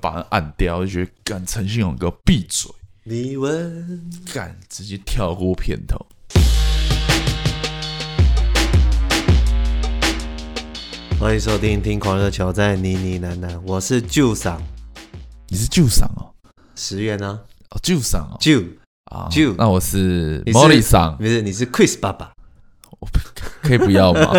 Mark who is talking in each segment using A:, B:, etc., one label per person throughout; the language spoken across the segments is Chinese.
A: 把人按掉，就觉得干陈信勇给我闭嘴，
B: 你问
A: 干直接跳过片头。
B: 欢迎收听《听狂热球在呢呢喃喃》，我是旧嗓
A: 你是旧赏哦，
B: 十元呢、
A: 哦旧赏哦，
B: 旧
A: 啊
B: 旧
A: 那我是
B: 你是
A: Molly 赏，
B: 不是你是 Chris 爸爸，
A: 我不可以不要 吗？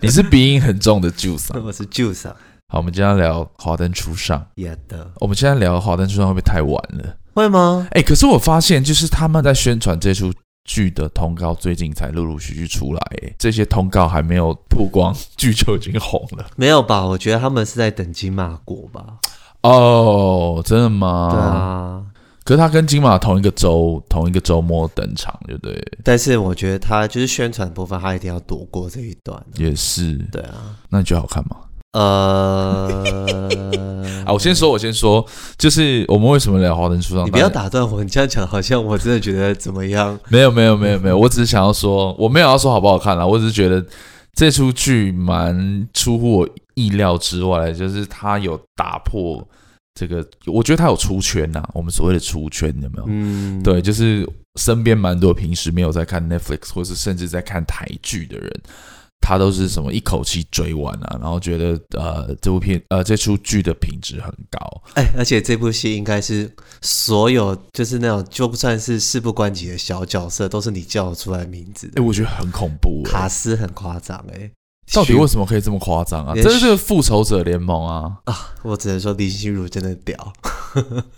A: 你是鼻音很重的旧赏。
B: 我是旧嗓
A: 好，我们今天聊《华灯初上》，
B: 也的，
A: 我们现在聊《华灯初上》会不会太晚了？
B: 会吗？
A: 哎、可是我发现，就是他们在宣传这出剧的通告，最近才陆陆续续出来、哎这些通告还没有曝光，剧就已经红了。
B: 没有吧？我觉得他们是在等金马国吧？
A: 哦，真的吗？
B: 对。啊，
A: 可是他跟金马同一个周，同一个周末登场，对不对？
B: 但是我觉得他就是宣传部分，他一定要躲过这一段。
A: 也是。
B: 对啊，
A: 那你觉得好看吗？
B: 呃，
A: 啊，我先说，我先说，就是我们为什么聊《华灯初上》？
B: 你不要打断我，你这样讲好像我真的觉得怎么样？
A: 没有没有没有没有，我只是想要说，我没有要说好不好看啦，我只是觉得这出剧蛮出乎我意料之外的，就是它有打破这个，我觉得它有出圈呐、我们所谓的出圈有没有？
B: 嗯，
A: 对，就是身边蛮多平时没有在看 Netflix 或是甚至在看台剧的人，他都是什么一口气追完啊，然后觉得呃这部片呃这出剧的品质很高，
B: 哎、而且这部戏应该是所有就是那种就算是事不关己的小角色，都是你叫得出来名字
A: 哎、
B: 的。
A: 我觉得很恐怖、欸
B: 卡。斯很夸张哎，
A: 到底为
B: 我
A: 什么可以这么夸张啊？
B: 连
A: 这就是复仇者联盟 啊！
B: 我只能说林心如真的屌，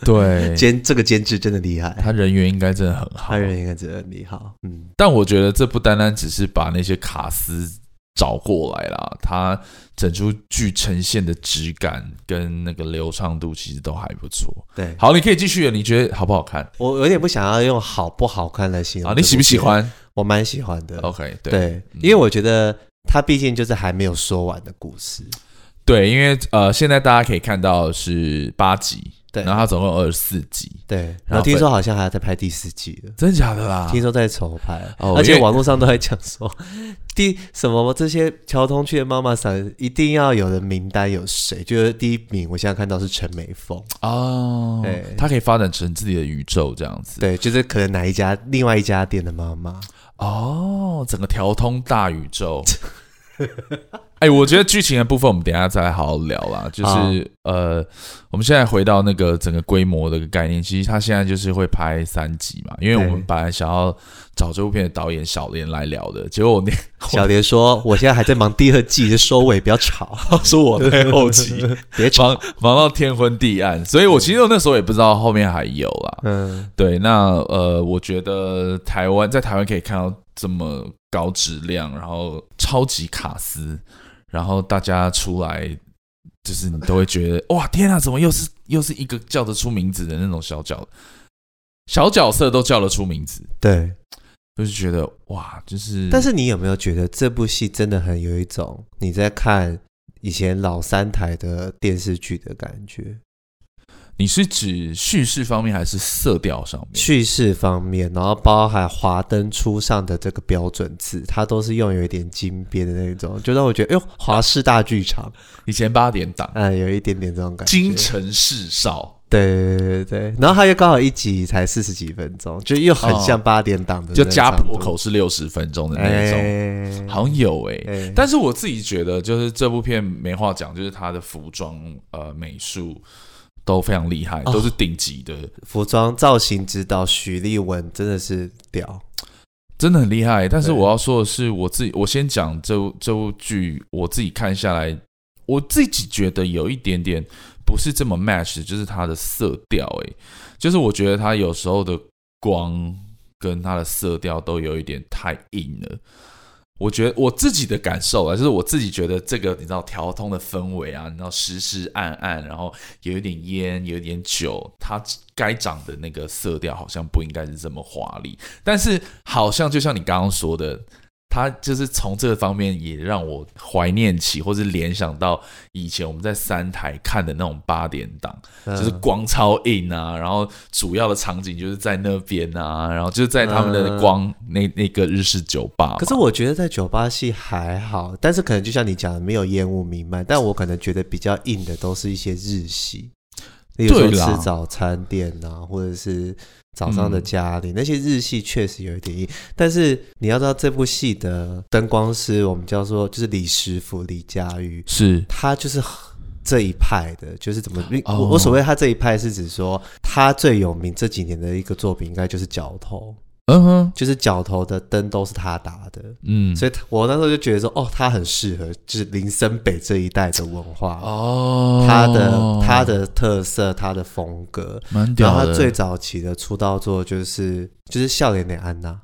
A: 对，
B: 监这个监制真的厉害，
A: 他人缘应该真的很哎好
B: 他。人应该真的很厉害。嗯，
A: 但我觉得这不单单只是把那些卡司找过来啦，他整出剧呈现的质感跟那个流畅度其实都还不错。
B: 对，
A: 好，你可以继续了，你觉得好不好看？
B: 我有点不想要用好不好看来形容。
A: 啊，你喜不喜？欢
B: 我蛮喜欢的。
A: ？OK，对嗯
B: 对，因为我觉得它毕竟就是还没有说完的故事。
A: 对，因为呃，现在大家可以看到是八集，
B: 对
A: 然后它总共二十四集，
B: 对，
A: 然
B: 然
A: 后
B: 后听
A: 本
B: 说好像还要再拍第四季了。
A: 真的假的啦？
B: 听说在筹拍，
A: 啊哦
B: 而
A: 因
B: 且
A: 为
B: 网络上都在讲说， 第什么这些桥通区的妈妈桑一定要有的名单有谁？就是第一名，我现在看到是陈美凤，
A: 哦
B: 对，
A: 它可以发展成自己的宇宙这样子。
B: 对，就是可能哪一家另外一家店的妈妈，
A: 哦，整个调通大宇宙。 哎、我觉得剧情的部分我们等一下再好好聊啦。就是、
B: 好
A: 呃，我们现在回到那个整个规模的一个概念，其实他现在就是会拍三集嘛，因为我们
B: 对
A: 本来想要找这部片的导演小莲来聊的，结果我那
B: 小莲说，我现在还在忙第二季的收尾，不要吵，
A: 是我在后期
B: 别吵，
A: 忙忙到天昏地暗，所以我其实我那时候也不知道后面还有啦。
B: 嗯，
A: 对，那呃，我觉得台湾在台湾可以看到这么高质量，然后超级卡司，然后大家出来，就是你都会觉得哇，天啊，怎么又是又是一个叫得出名字的那种小角小角色都叫得出名字，
B: 对。
A: 就是觉得哇，就是
B: 但是你有没有觉得这部戏真的很有一种你在看以前老三台的电视剧的感觉？
A: 你是指叙事方面还是色调上面？
B: 叙事方面，然后包含华灯初上的这个标准字，它都是用有一点金边的那种，就让我觉得，哎呦，华视大剧场，
A: 以前八点档
B: 嗯，有一点点这种感
A: 《
B: 觉。
A: 京城四少
B: 对对对对对，然后它又刚好一集才四十几分钟，就又很像八点档的》，那
A: 就
B: 种
A: 家
B: 长度，
A: 破口是六十分钟的那一种。
B: 哎，
A: 好像有诶、
B: 哎，
A: 但是我自己觉得，就是这部片没话讲，就是它的服装、呃美术都非常厉害，
B: 哦
A: 都是顶级的，
B: 服装造型指导许立文真的是屌，
A: 真的很厉害。但是
B: 对
A: 我要说的是，我自己我先讲这部这部剧，我自己看下来，我自己觉得有一点点不是这么 match，就是它的色调，诶，就是我觉得它有时候的光跟它的色调都有一点太硬了。我觉得我自己的感受啊，就是我自己觉得这个你知道调通的氛围啊，你知道湿湿暗暗，然后有一点烟，有一点酒，它该长的那个色调好像不应该是这么华丽，但是好像就像你刚刚说的，它就是从这方面也让我怀念起，或是联想到以前我们在三台看的那种八点档，
B: 就
A: 就是光超硬啊，然后主要的场景就是在那边啊，然后就是在他们的
B: 嗯
A: 光、那那个日式酒吧嘛。
B: 可是我觉得在酒吧戏还好，但是可能就像你讲的，没有烟雾弥漫。但我可能觉得比较硬的都是一些日系，例如说
A: 对啦
B: 吃早餐店啊，或者是早上的家里、那些日系确实有一点硬，但是你要知道这部戏的灯光师，我们叫做就是李师傅李佳玉，
A: 是
B: 他就是这一派的，就是怎么、
A: 哦
B: 我我所谓他这一派是指说他最有名这几年的一个作品应该就是角头，
A: 嗯哼，
B: 就是角头的灯都是他打的，
A: 嗯，
B: 所以他我那时候就觉得说，哦，他很适合就是林森北这一代的文化。
A: 哦，
B: 他的他的特色，他的风格，
A: 蛮
B: 然
A: 屌
B: 后
A: 的，
B: 他最早期的出道作就是就是笑脸的安娜，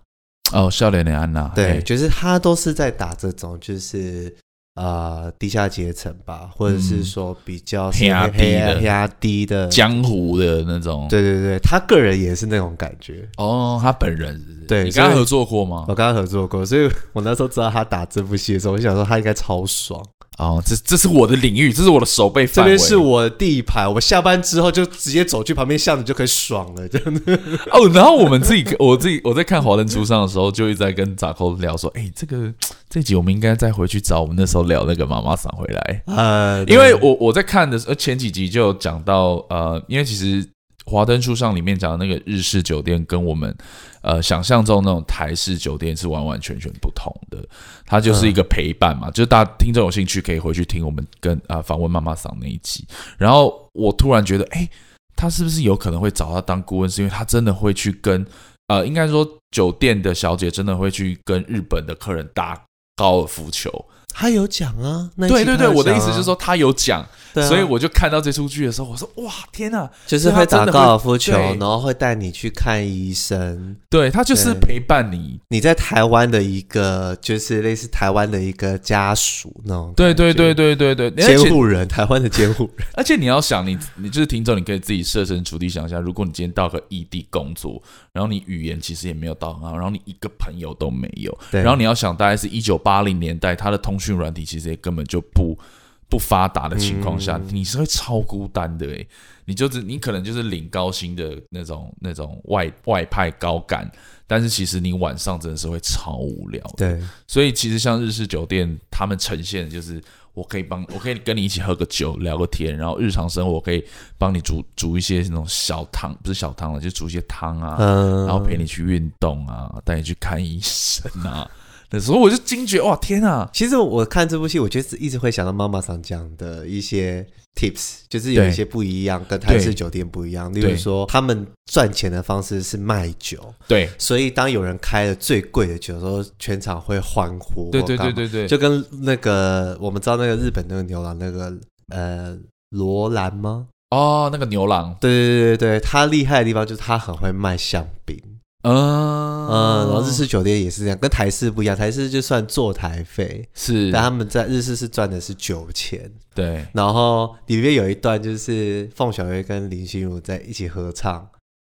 A: 哦，笑脸的安娜，哎
B: 对，
A: 嘿
B: 就是他都是在打这种就是呃低下阶层吧，或者是说比较是
A: 嗯
B: 黑
A: 黑的
B: 黑压低的，
A: 江湖的那种，，
B: 对对对，他个人也是那种感觉。
A: 哦，他本人是不是
B: 对
A: 你跟他
B: 所以
A: 合作过吗
B: 我？跟他合作过，所以我那时候知道他打这部戏的时候，我想说他应该超爽。
A: 哦，这这是我的领域，这是我的手背
B: 这
A: 范围，
B: 边是我的地盘，我下班之后就直接走去旁边巷子就可以爽了，这样子。
A: 哦，然后我们自己， 我自己我在看《华灯初上》的时候，就一直在跟扎扣聊说，哎、这个这集我们应该再回去找我们那时候聊那个妈妈桑回来，
B: 呃，
A: 因为我我在看的时候前几集就有讲到，呃，因为其实《华灯初上》里面讲的那个日式酒店跟我们呃想象中那种台式酒店是完完全全不同的，它就是一个陪伴嘛，就是大家听众有兴趣可以回去听我们跟啊、呃访问妈妈桑那一集，然后我突然觉得，哎、他是不是有可能会找他当顾问？是因为他真的会去跟，呃，应该说酒店的小姐真的会去跟日本的客人打高尔夫球。
B: 他有讲啊，那一期
A: 对对
B: 他
A: 对，
B: 有
A: 我的
B: 讲
A: 意思
B: 啊
A: 就是，说他有讲，
B: 对啊
A: 所以我就看到这出剧的时候，我说哇，天啊呐！
B: 就是会打高尔夫球，
A: 所以他真的会对
B: 然后会带你去看医生。
A: 对他就是
B: 对
A: 陪伴你。
B: 你在台湾的一个，就是类似台湾的一个家属那种，
A: 对对对，对对对，而
B: 监
A: 且
B: 护人，台湾的监护人，
A: 而且你要想，你你就是听众，你可以自己设身处地想一下，如果你今天到个异地工作，然后你语言其实也没有到很好，然后你一个朋友都没有，
B: 对，
A: 然后你要想，大概是一九八零年代，它的通讯软体其实也根本就不不发达的情况
B: 嗯
A: 下，你是会超孤单的诶、欸你就只你可能就是领高薪的那种那种外外派高干，但是其实你晚上真的是会超无聊的。
B: 对
A: 所以其实像日式酒店，他们呈现的就是我可以帮，我可以跟你一起喝个酒，聊个天，然后日常生活我可以帮你煮煮一些那种小汤，不是小汤了，就煮一些汤啊，
B: 嗯，
A: 然后陪你去运动啊，带你去看医生啊。那时候我就惊觉，哇，天啊！
B: 其实我看这部戏，我就是一直会想到妈妈桑讲的一些 tips，就是有一些不一样，跟台式酒店不一样。例
A: 对
B: 如说，他们赚钱的方式是卖酒，
A: 对，
B: 所以当有人开了最贵的酒的时候，全场会欢呼。
A: 对对
B: 或干
A: 对
B: 嘛，
A: 对对，
B: 就跟那个我们知道那个日本那个牛郎那个呃罗兰吗？
A: 哦，那个牛郎，
B: 对对对对对，他厉害的地方就是他很会卖香槟。
A: 嗯
B: 嗯，然后日
A: 是
B: 式酒店也是这样，跟台式不一样，台式就算坐台费，
A: 是，
B: 但他们在日式是赚的是酒钱。
A: 对，
B: 然后里面有一段就是凤小岳跟林心如在一起合唱，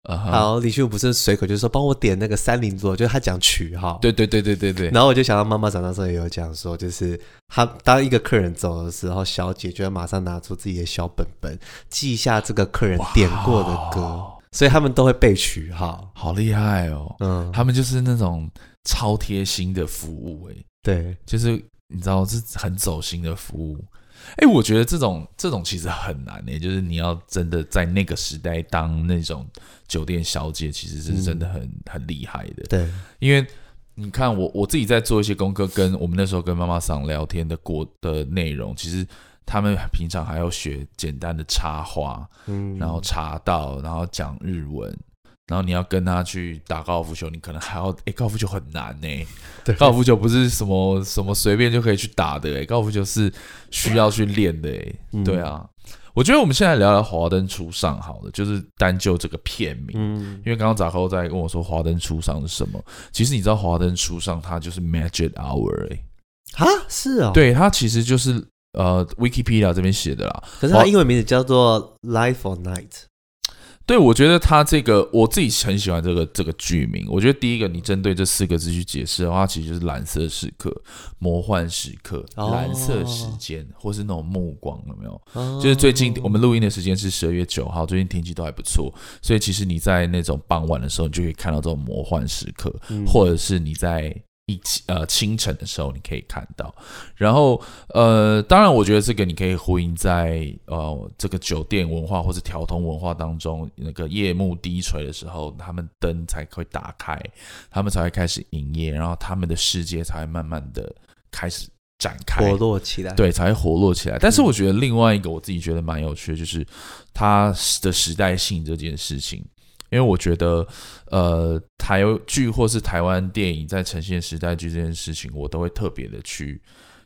A: 啊
B: 然
A: 哈，
B: 后林心如不是随口就说帮我点那个三零桌，就是他讲曲号。。
A: 对对对对对对，
B: 然后我就想到妈妈长大时候也有讲说，就是他当一个客人走的时候，小姐就会马上拿出自己的小本本记下这个客人点过的歌，
A: 哇，
B: 所以他们都会背曲号。
A: 好厉害哦！
B: 嗯，
A: 他们就是那种超贴心的服务，哎，
B: 对，
A: 就是你知道，是很走心的服务。哎，我觉得这种这种其实很难诶、就是你要真的在那个时代当那种酒店小姐，其实是真的很、很厉害的。
B: 对，
A: 因为你看我我自己在做一些功课，跟我们那时候跟妈妈桑聊天的过的内容，其实他们平常还要学简单的插花，
B: 嗯，
A: 然后茶道，然后讲日文。然后你要跟他去打高尔夫球，你可能还要诶，高尔夫球很难呢、
B: 对
A: 高尔夫球不是什么什么随便就可以去打的、欸诶，高尔夫球是需要去练的、诶。
B: 嗯
A: 对啊。我觉得我们现在聊聊《华灯初上》好了，就是单就这个片名，
B: 嗯，
A: 因为刚刚杂扣在跟我说《华灯初上》是什么，其实你知道《华灯初上》它就是 Magic Hour，、欸、
B: 哈，是哦，，
A: 对，它其实就是呃 Wikipedia 这边写的啦。
B: 可是他英文名字叫做 Life or Night，
A: 对，我觉得它这个我自己很喜欢这个这个剧名。我觉得第一个，你针对这四个字去解释的话，其实就是蓝色时刻、魔幻时刻、
B: 哦
A: 蓝色时间，或是那种目光，有没有？
B: 哦
A: 就是最近我们录音的时间是十二月九号，最近天气都还不错，所以其实你在那种傍晚的时候，你就可以看到这种魔幻时刻，
B: 嗯
A: 或者是你在一起呃清晨的时候你可以看到。然后呃，当然我觉得这个你可以呼应在呃这个酒店文化或是调通文化当中，那个夜幕低垂的时候，他们灯才会打开，他们才会开始营业，然后他们的世界才会慢慢的开始展开
B: 活络起来。，嗯
A: 对，才会活络起来。但是我觉得另外一个我自己觉得蛮有趣的，就是它的时代性这件事情。因为我觉得，呃，台剧或是台湾电影在呈现时代剧这件事情，我都会特别的去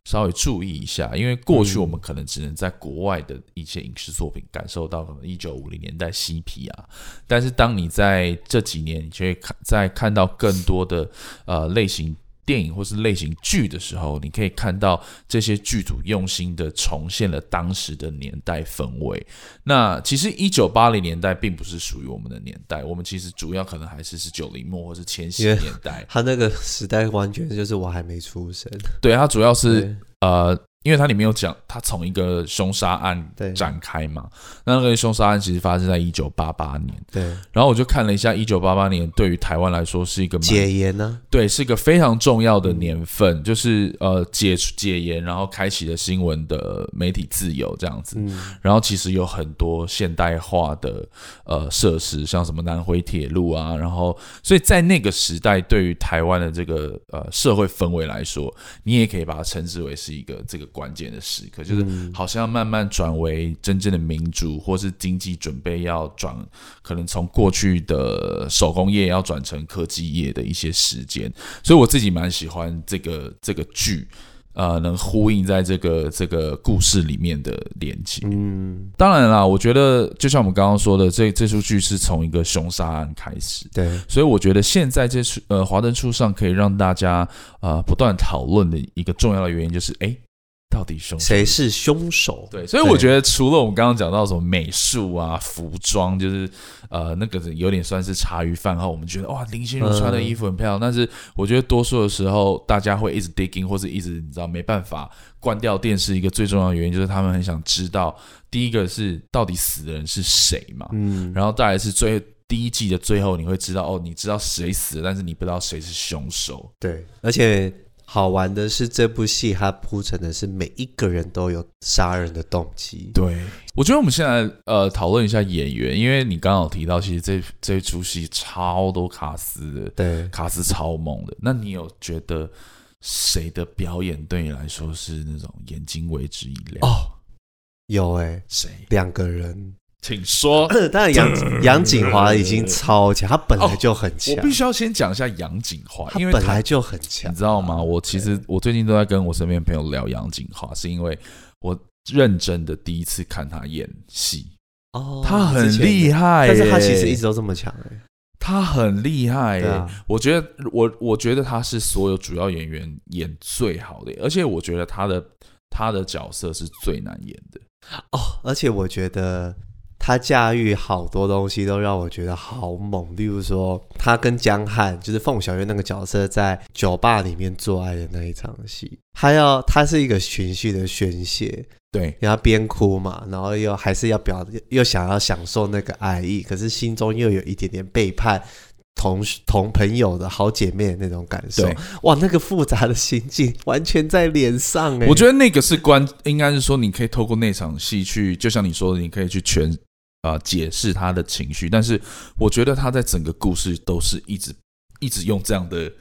A: 稍微注意一下。因为过去
B: 嗯
A: 我们可能只能在国外的一些影视作品感受到可能一九五零年代嬉皮啊，但是当你在这几年，你就会看在看到更多的呃类型电影或是类型剧的时候，你可以看到这些剧组用心的重现了当时的年代氛围。那其实一九八零年代并不是属于我们的年代，我们其实主要可能还是是九零末或是千禧
B: 因为
A: 年代。
B: 他那个时代完全就是我还没出生，
A: 对，它主要是
B: 对
A: 呃，因为它里面有讲，它从一个凶杀案
B: 对
A: 展开嘛。那那个凶杀案其实发生在一九八八年，
B: 对，
A: 然后我就看了一下一九八八年对于台湾来说是一个蛮
B: 解严啊呢、
A: 对，是个非常重要的年份，就是呃解除解严，然后开启了新闻的媒体自由这样子。
B: 嗯，
A: 然后其实有很多现代化的呃设施，像什么南回铁路啊，然后所以在那个时代，对于台湾的这个呃社会氛围来说，你也可以把它称之为是一个这个关键的时刻，就是
B: 嗯
A: 好像慢慢转为真正的民主，或是经济准备要转，可能从过去的手工业要转成科技业的一些时间，所以我自己蛮喜欢这个这个剧。呃，能呼应在这个这个故事里面的连接。
B: 嗯，
A: 当然啦，我觉得就像我们刚刚说的，这这出剧是从一个凶杀案开始，
B: 对，
A: 所以我觉得现在这出呃《华灯初上》可以让大家呃不断讨论的一个重要的原因就是，哎，到底凶手
B: 谁是凶手？啊
A: 对，所以我觉得除了我们刚刚讲到什么美术啊、服装，就是呃那个有点算是茶余饭后，我们觉得哇林心如穿的衣服很漂亮，但是我觉得多数的时候大家会一直 digging 或是一直你知道没办法关掉电视，一个最重要的原因就是他们很想知道，第一个是到底死的人是谁嘛，
B: 嗯，
A: 然后再来是最第一季的最后你会知道哦，你知道谁死了，但是你不知道谁是凶手，
B: 对，而且好玩的是，这部戏它铺陈的是每一个人都有杀人的动机。
A: 对，我觉得我们现在呃讨论一下演员，因为你刚刚有提到，其实这这出戏超多卡斯的，
B: 对，
A: 卡斯超猛的。那你有觉得谁的表演对你来说是那种眼睛为之一亮？
B: 哦，有哎、
A: 谁？
B: 两个人。
A: 请说。
B: 当然杨杨景华已经超强，他本来就很强
A: 哦我，必须要先讲一下杨景华，
B: 他
A: 因为
B: 本
A: 他
B: 来就很强哦
A: 你。知道吗？我其实我最近都在跟我身边朋友聊杨景华，是因为我认真的第一次看他演戏，
B: 哦，
A: 他很厉
B: 害，
A: 害耶、
B: 但是他其实一直都这么强哎。
A: 他很厉害、
B: 对
A: 耶。
B: 啊，
A: 我觉得我我觉得他是所有主要演员演最好的，而且我觉得他的他的角色是最难演的。
B: 哦，而且我觉得他驾驭好多东西都让我觉得好猛，例如说他跟江汉，就是凤小岳那个角色在酒吧里面做爱的那一场戏，他要他是一个情绪的宣泄，
A: 对
B: 然后边哭嘛，然后又还是要表，又想要享受那个爱意，可是心中又有一点点背叛。同同朋友的好姐妹的那种感受
A: 对，
B: 哇，那个复杂的心境完全在脸上哎、
A: 我觉得那个是关，应该是说你可以透过那场戏去，就像你说的，你可以去全啊、呃解释他的情绪，但是我觉得他在整个故事都是一直一直用这样的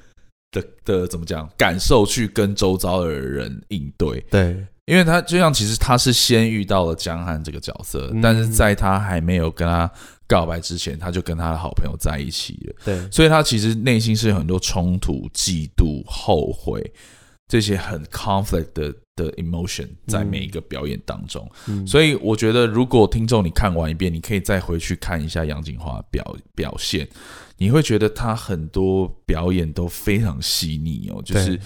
A: 的的怎么讲感受去跟周遭的人应对。
B: 对
A: 因为他就像其实他是先遇到了江汉这个角色，
B: 嗯
A: 但是在他还没有跟他告白之前，他就跟他的好朋友在一起了，
B: 对
A: 所以他其实内心是有很多冲突、嫉妒、后悔这些很 conflict 的的 emotion 在每一个表演当中。
B: 嗯
A: 所以我觉得，如果听众你看完一遍，你可以再回去看一下杨锦华的表表现，你会觉得他很多表演都非常细腻哦，就是
B: 对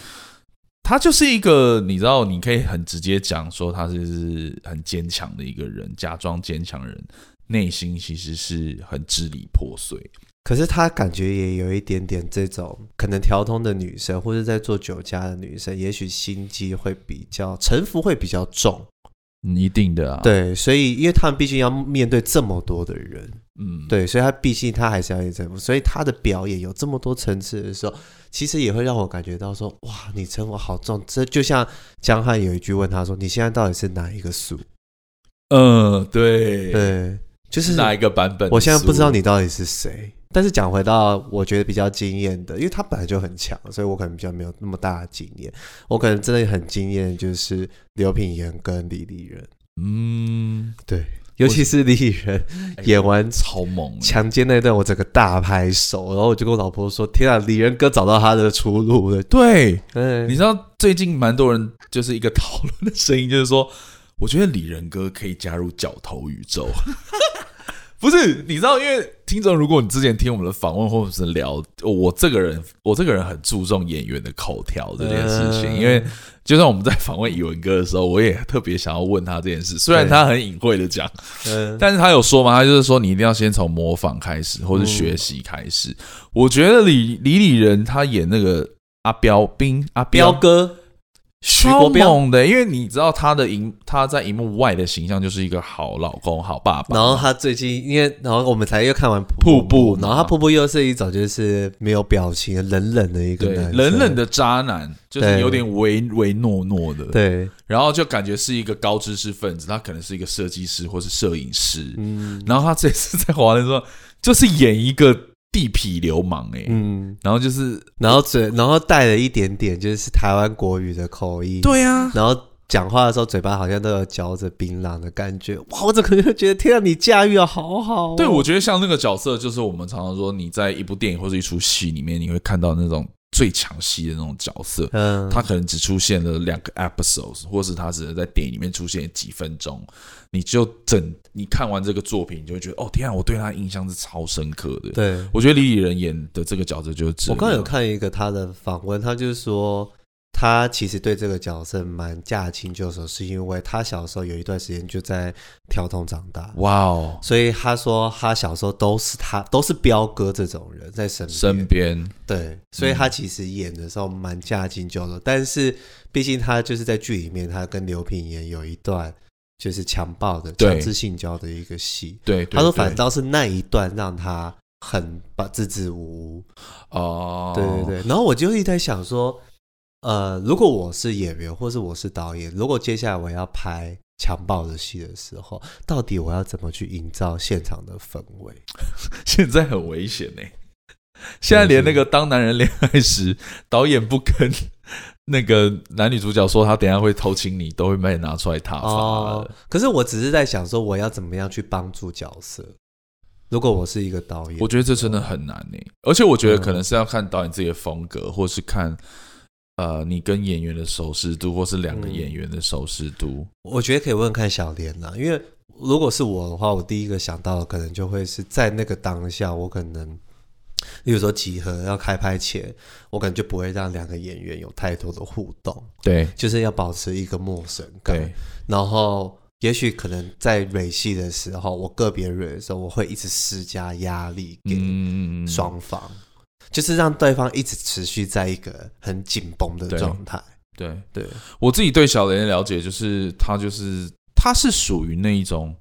A: 他就是一个你知道，你可以很直接讲说他是很坚强的一个人，假装坚强人，内心其实是很支离破碎。
B: 可是她感觉也有一点点这种，可能调通的女生，或者在做酒家的女生，也许心机会比较城府会比较重，
A: 嗯，一定的啊，，
B: 对，所以因为他们毕竟要面对这么多的人，
A: 嗯，
B: 对，所以她毕竟她还是要演城府，所以她的表演有这么多层次的时候，其实也会让我感觉到说，哇，你称我好重。这就像江汉有一句问他说：“你现在到底是哪一个数
A: 嗯，？”对，
B: 对，就是
A: 是哪一个版本？
B: 我现在不知道。你到底是谁。但是讲回到我觉得比较惊艳的，因为他本来就很强，所以我可能比较没有那么大的经验。我可能真的很惊艳，就是刘品言跟李丽人，
A: 嗯，
B: 对，尤其是李丽人
A: 哎
B: 演完
A: 超猛，
B: 强奸那段，我整个大拍手，然后我就跟我老婆说：“天啊，李仁哥找到他的出路了。
A: 对，”
B: 嗯
A: 你，知道最近蛮多人就是一个讨论的声音，就是说，我觉得李仁哥可以加入角头宇宙。 不是，你知道，因为听众，如果你之前听我们的访问或者是聊，我这个人，我这个人很注重演员的口条这件事情，
B: 嗯
A: 因为就算我们在访问宇文哥的时候，我也特别想要问他这件事，虽然
B: 对
A: 他很隐晦的讲，
B: 嗯，
A: 但是他有说嘛，他就是说你一定要先从模仿开始，或是学习开始。我觉得李李李仁他演那个阿彪兵阿
B: 彪哥，
A: 超
B: 国彪
A: 猛的，因为你知道他的荧他在荧幕外的形象就是一个好老公、好爸爸。
B: 然后他最近因为，然后我们才又看完
A: 瀑
B: 瀑
A: 布嘛
B: 然后他瀑布又是一种就是没有表情、冷冷的一个
A: 对
B: 男生，
A: 冷冷的渣男，就是
B: 对
A: 有点唯唯诺诺的，
B: 对，
A: 然后就感觉是一个高知识分子，他可能是一个设计师或是摄影师。
B: 嗯
A: 然后他这次在华人说，就是演一个地痞流氓哎、
B: 嗯，
A: 然后就是
B: 然后嘴，然后带了一点点就是台湾国语的口音，，
A: 对啊，
B: 然后。讲话的时候，嘴巴好像都有嚼着槟榔的感觉，哇！我整个就觉得，天啊，你驾驭的好好、哦。
A: 对，我觉得像那个角色，就是我们常常说，你在一部电影或者一出戏里面，你会看到那种最强戏的那种角色，
B: 嗯，
A: 他可能只出现了两个 episodes，或是他只能在电影里面出现几分钟，你就整你看完这个作品，你就会觉得，哦，天啊，我对他印象是超深刻的。
B: 对，
A: 我觉得李李仁演的这个角色就是啊这
B: 我刚刚有
A: 样
B: 看一个他的访问，他就是说，他其实对这个角色蛮驾轻就熟，是因为他小时候有一段时间就在跳动长大，
A: 哇哦，
B: 所以他说他小时候都是他都是彪哥这种人在身边，
A: 身边
B: 对，所以他其实演的时候蛮驾轻就熟，但是毕竟他就是在剧里面，他跟刘品言有一段就是强暴的
A: 对
B: 强制性交的一个戏，
A: 对，对
B: 他说
A: 对
B: 反倒是那一段让他很把支支吾吾。
A: 哦，
B: 对对对，然后我就一直在想说，呃，如果我是演员或是我是导演，如果接下来我要拍强暴的戏的时候，到底我要怎么去营造现场的氛围？
A: 现在很危险呢、现在连那个《当男人恋爱时》，导演不跟那个男女主角说他等一下会偷亲你，都会被拿出来挞伐了。
B: 哦，可是我只是在想说，我要怎么样去帮助角色？如果我是一个导演，
A: 我觉得这真的很难呢、而且我觉得可能是
B: 嗯
A: 要看导演自己的风格，或是看呃你跟演员的熟识度，或是两个
B: 嗯
A: 演员的熟识度。
B: 我觉得可以问问看小莲啦，因为如果是我的话，我第一个想到的可能就会是在那个当下，我可能，例如说集合要开拍前，我可能就不会让两个演员有太多的互动，
A: 对
B: 就是要保持一个陌生感
A: 对。，
B: 然后，也许可能在蕊戏的时候，我个别蕊的时候，我会一直施加压力给
A: 嗯，
B: 双方，就是让对方一直持续在一个很紧绷的
A: 对
B: 状态。
A: 对。
B: 对，
A: 我自己对小莲的了解就是，他就是他是属于那一种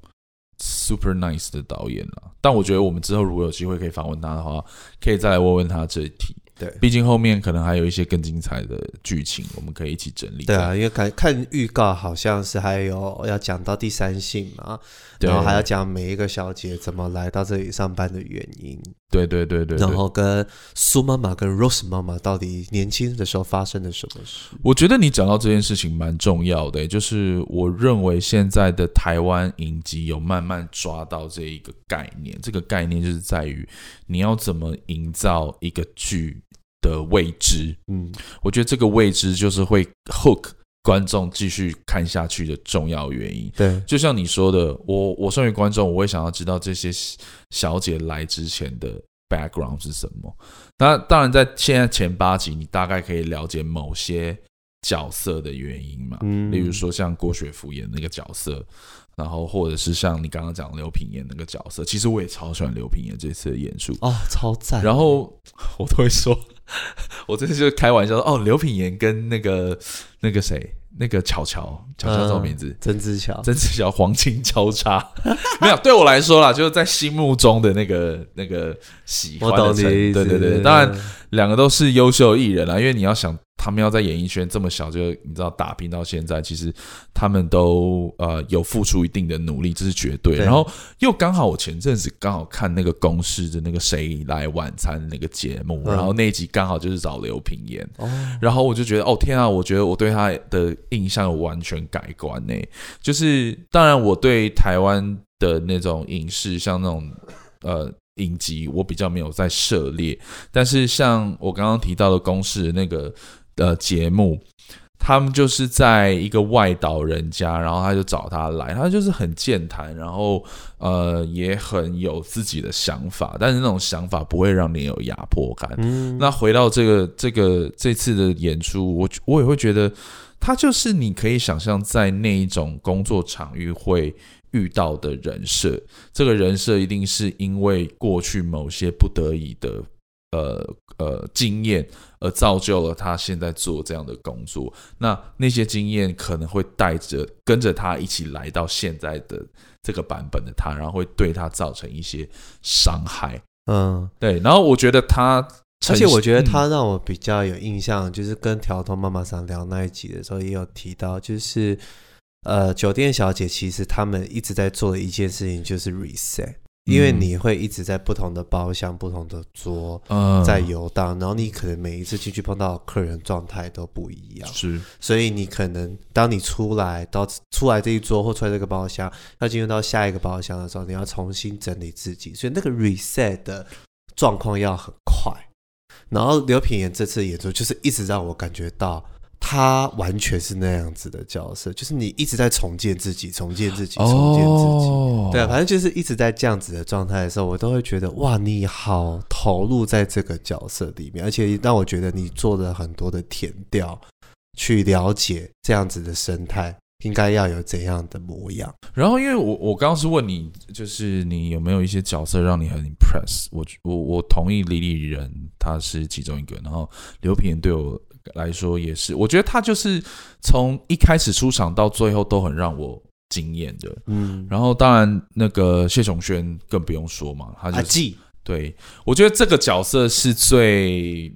A: super nice 的导演了。但我觉得我们之后如果有机会可以访问他的话，可以再来问问他这一题。
B: 对
A: 毕竟后面可能还有一些更精彩的剧情，我们可以一起整理。
B: 对啊，，因为看看预告好像是还有要讲到第三性嘛，
A: 对
B: 然后还要讲每一个小姐怎么来到这里上班的原因，
A: 对对对对对
B: 然。后跟苏妈妈跟 Rose 妈妈到底年轻的时候发生了什么事。
A: 我觉得你讲到这件事情蛮重要的、欸就是我认为现在的台湾影集有慢慢抓到这一个概念，这个概念就是在于你要怎么营造一个剧的未知，
B: 嗯，
A: 我觉得这个未知就是会 hook 观众继续看下去的重要原因。
B: 对，
A: 就像你说的，我我身为观众，我会想要知道这些小姐来之前的 background 是什么。那当然，在现在前八集，你大概可以了解某些角色的原因嘛，
B: 嗯
A: 例如说像郭雪芙演那个角色，然后或者是像你刚刚讲刘品言那个角色，其实我也超喜欢刘品言这次的演出，
B: 哦，超赞。
A: 然后 我 都会说，我这次就开玩笑说，哦，刘品言跟那个那个谁，那个巧巧，巧巧叫什么名字？
B: 曾之 乔，
A: 真是叫黄金交叉， 没有对我来说啦，就是在心目中的那个那个喜
B: 我
A: 欢
B: 懂
A: 的
B: 你
A: 程度。
B: 的意思。
A: 对对对，当然两个都是优秀艺人啊啦，因为你要想他们要在演艺圈这么小就你知道打拼到现在，其实他们都呃有付出一定的努力，这是绝对。
B: 对
A: 然后又刚好我前阵子刚好看那个公式的那个谁来晚餐那个节目，
B: 嗯
A: 然后那一集刚好就是找刘品言，
B: 哦，
A: 然后我就觉得，哦天啊，我觉得我对他的印象有完全改观呢。就是当然，我对台湾的那种影视，像那种呃影集，我比较没有在涉猎。但是像我刚刚提到的公式那个呃节目，他们就是在一个外岛人家，然后他就找他来，他就是很健谈，然后呃也很有自己的想法，但是那种想法不会让你有压迫感。
B: 嗯，
A: 那回到这个这个这次的演出，我我也会觉得，他就是你可以想象在那一种工作场域会遇到的人设，这个人设一定是因为过去某些不得已的呃呃经验，而造就了他现在做这样的工作。那那些经验可能会带着跟着他一起来到现在的这个版本的他，然后会对他造成一些伤害。
B: 嗯，
A: 对，然后我觉得他呈
B: 而
A: 现。
B: 且我觉得
A: 嗯
B: 他让我比较有印象，就是跟条通妈妈桑聊那一集的时候也有提到，就是呃，酒店小姐其实他们一直在做的一件事情就是 reset，因为
A: 嗯
B: 你会一直在不同的包厢、不同的桌
A: 嗯，
B: 在游荡，然后你可能每一次进去碰到的客人状态都不一样，
A: 是，
B: 所以你可能当你出来到出来这一桌或出来这个包厢，要进入到下一个包厢的时候，你要重新整理自己，所以那个 reset 的状况要很快。然后刘品言这次演出就是一直让我感觉到。他完全是那样子的角色，就是你一直在重建自己，重建自己，重建自己。
A: 哦
B: 对，啊反正就是一直在这样子的状态的时候，我都会觉得哇，你好投入在这个角色里面，而且让我觉得你做了很多的填调，去了解这样子的生态应该要有怎样的模样。
A: 然后因为我我刚刚是问你，就是你有没有一些角色让你很 impress？我我我同意李李仁他是其中一个，然后刘品言对我来说也是，我觉得他就是从一开始出场到最后都很让我惊艳的。
B: 嗯，
A: 然后当然那个谢琼轩更不用说嘛，他就
B: 阿
A: 是
B: 纪，
A: 对，我觉得这个角色是最，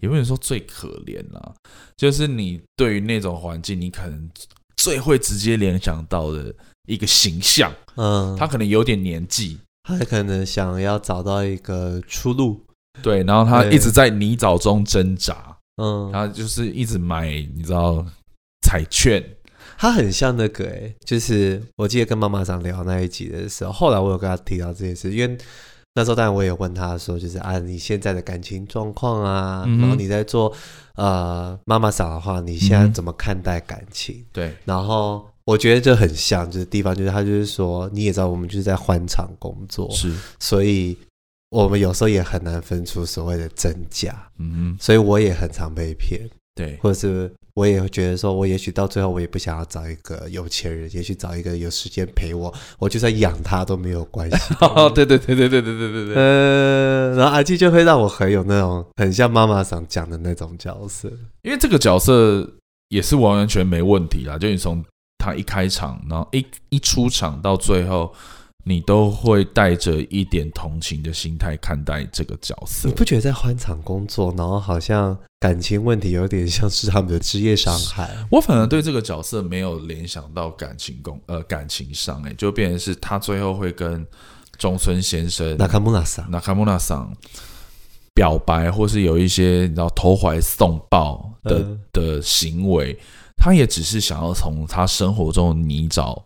A: 也不能说最可怜啦，就是你对于那种环境，你可能最会直接联想到的一个形象，
B: 嗯，
A: 他
B: 他
A: 可能有点年纪，
B: 他可能想要找到一个出路，
A: 对，然后他
B: 对
A: 一直在泥沼中挣扎，
B: 嗯，
A: 他就是一直买，你知道彩券，
B: 他很像那个诶、欸就是我记得跟妈妈长聊那一集的时候，后来我有跟他提到这件事，因为那时候当然我也问他说，就是啊你现在的感情状况啊，
A: 嗯哼
B: 然后你在做呃妈妈长的话，你现在怎么看待感情？
A: 对，
B: 然后我觉得就很像，就是地方就是他就是说，你也知道我们就是在欢场工作，
A: 是，
B: 所以我们有时候也很难分出所谓的真假，
A: 嗯，
B: 所以我也很常被骗。
A: 对，
B: 或者是我也会觉得说，我也许到最后我也不想要找一个有钱人，也许找一个有时间陪我，我就算养他都没有关系。
A: 哦， 对对对对对对对对对，
B: 呃，然后阿纪就会让我很有那种很像妈妈桑讲的那种角色，
A: 因为这个角色也是完完全没问题啦，就你从他一开场，然后一一出场到最后，你都会带着一点同情的心态看待这个角色
B: 你。不觉得在欢场工作，然后好像感情问题有点像是他们的职业伤害？
A: 我反而对这个角色没有联想到感情工呃感情上、欸，就变成是他最后会跟中村先生
B: 那卡穆拉桑，
A: 那卡莫纳桑表白，或是有一些你知道投怀送抱的、
B: 嗯
A: 的行为，他也只是想要从他生活中的泥沼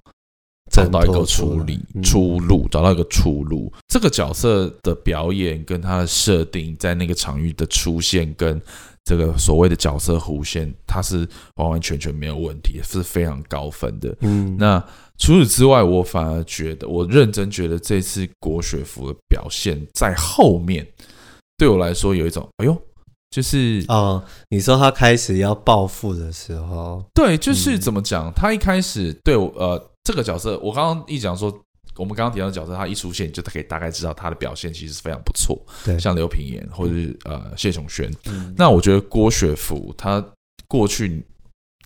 A: 找到一个出理
B: 挣脱出来嗯
A: 出路，找到一个出路。这个角色的表演跟他的设定，在那个场域的出现跟。这个所谓的角色弧线，它是完完全全没有问题，是非常高分的。
B: 嗯，
A: 那除此之外，我反而觉得，我认真觉得这次国学服的表现在后面，对我来说有一种，哎呦，就是、
B: 哦，你说他开始要报复的时候，
A: 对，就是
B: 嗯
A: 怎么讲，他一开始对我，呃，这个角色，我刚刚一讲说，我们刚刚提到的角色，他一出现，你就可以大概知道他的表现其实是非常不错，
B: 对，
A: 像刘品言或者是呃谢琼轩，
B: 嗯
A: 那我觉得郭雪芙她过去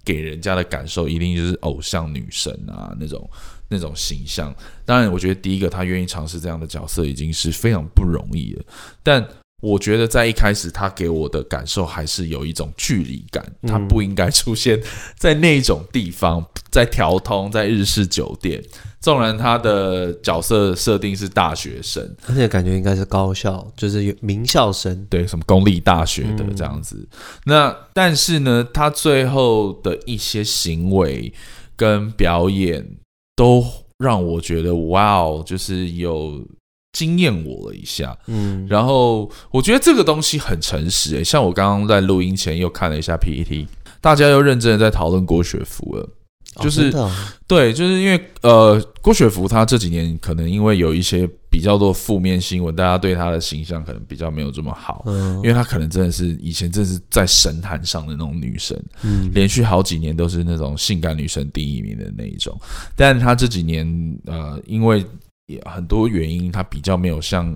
A: 给人家的感受一定就是偶像女神啊那种那种形象。当然，我觉得第一个她愿意尝试这样的角色已经是非常不容易了，但。我觉得在一开始，她给我的感受还是有一种距离感，
B: 嗯
A: 她不应该出现在那种地方，在调通，在日式酒店。纵然她的角色设定是大学生，
B: 而且感觉应该是高校，就是有名校生。
A: 对什么公立大学的这样子。那但是呢，他最后的一些行为跟表演都让我觉得哇哦，就是有惊艳我了一下。
B: 嗯，
A: 然后我觉得这个东西很诚实、诶，像我刚刚在录音前又看了一下 PPT，大家又认真的在讨论郭雪芙了。
B: 哦
A: 就是
B: 真的哦
A: 对，就是因为呃，郭雪芙她这几年可能因为有一些比较多负面新闻，大家对她的形象可能比较没有这么好。
B: 嗯
A: 因为她可能真的是以前真的是在神坛上的那种女神，
B: 嗯
A: 连续好几年都是那种性感女神第一名的那一种。但她这几年呃，因为也很多原因，她比较没有像。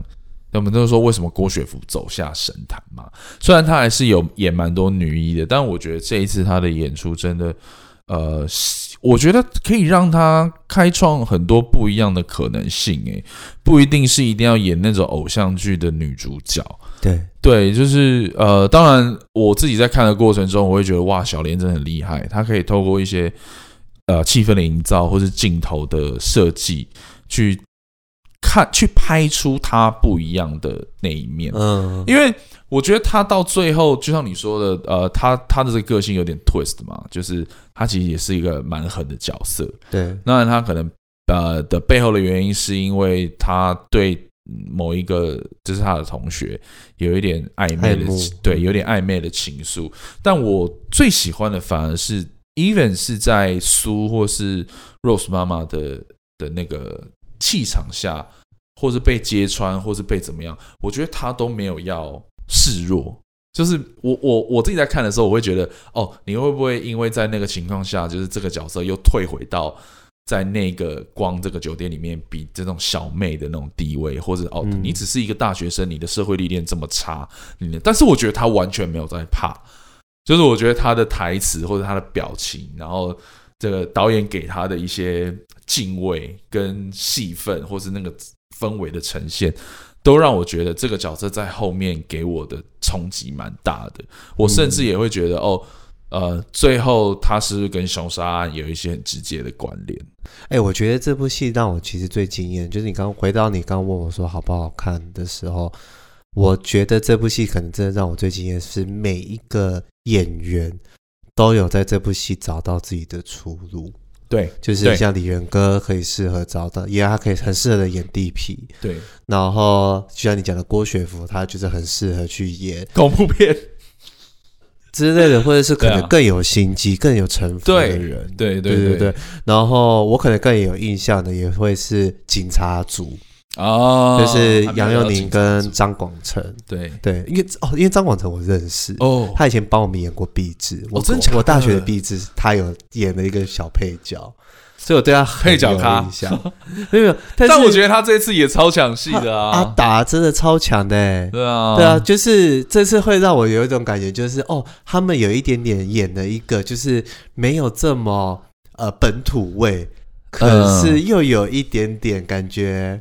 A: 那我们都说为什么郭雪芙走下神坛嘛？虽然她还是有演蛮多女一的，但我觉得这一次她的演出真的，呃，是我觉得可以让她开创很多不一样的可能性。诶，不一定是一定要演那种偶像剧的女主角，
B: 对，
A: 对，就是呃，当然我自己在看的过程中，我会觉得哇，小莲真的很厉害，她可以透过一些呃气氛的营造或是镜头的设计，去看去拍出她不一样的那一面。
B: 嗯，
A: 因为我觉得她到最后，就像你说的，呃，她她的这个个性有点 twist 嘛，就是她其实也是一个蛮狠的角色，
B: 对，
A: 当然，他可能呃的背后的原因是因为他对嗯某一个就是他的同学有一点暧昧
B: 爱
A: 的
B: 慕
A: 情，对，有点暧昧的情愫。但我最喜欢的反而是，even 是在苏或是 Rose 妈妈的的那个气场下，或是被揭穿，或是被怎么样，我觉得他都没有要示弱。就是我我我自己在看的时候，我会觉得哦，你会不会因为在那个情况下，就是这个角色又退回到在那个光这个酒店里面比这种小妹的那种地位，或者哦，
B: 嗯
A: 你只是一个大学生，你的社会历练这么差，你的但是我觉得他完全没有在怕，就是我觉得他的台词或者他的表情，然后这个导演给他的一些敬畏跟戏份，或是那个氛围的呈现，都让我觉得这个角色在后面给我的冲击蛮大的。我甚至也会觉得，哦，
B: 嗯
A: 呃，最后他是不是跟凶杀案有一些很直接的关联？
B: 哎、我觉得这部戏让我其实最惊艳，就是你刚回到你刚问我说好不好看的时候，我觉得这部戏可能真的让我最惊艳，是每一个演员都有在这部戏找到自己的出路，
A: 对
B: 就是
A: 对
B: 像李元哥可以适合找到，也他可以很适合的演地痞，
A: 对，
B: 然后就像你讲的郭雪芙，她就是很适合去演
A: 恐怖片，
B: 之类的，或者是可
A: 对
B: 能
A: 啊
B: 更有心机、更有城府的
A: 对
B: 人。
A: 对对
B: 对对，然后我可能更有印象的也会是警察组，
A: 哦，
B: 就是
A: 还没有
B: 杨
A: 聊
B: 佑
A: 到
B: 宁
A: 警察
B: 跟
A: 组
B: 张广成。
A: 对
B: 对，因为哦，因为张广成我认识，
A: 哦，
B: 他以前帮我们演过壁纸，我、
A: 真假的
B: 我大学的壁纸他有演了一个小配角，所以我对他很
A: 配角
B: 有
A: 咖
B: 印象。 没有，没有但是
A: 但我觉得他这次也超抢戏的
B: 阿阿
A: 啊，
B: 达真的超强的、
A: 对啊，
B: 对啊，，就是这次会让我有一种感觉，就是哦，他们有一点点演了一个，就是没有这么呃本土味，
A: 嗯
B: 可是又有一点点感觉，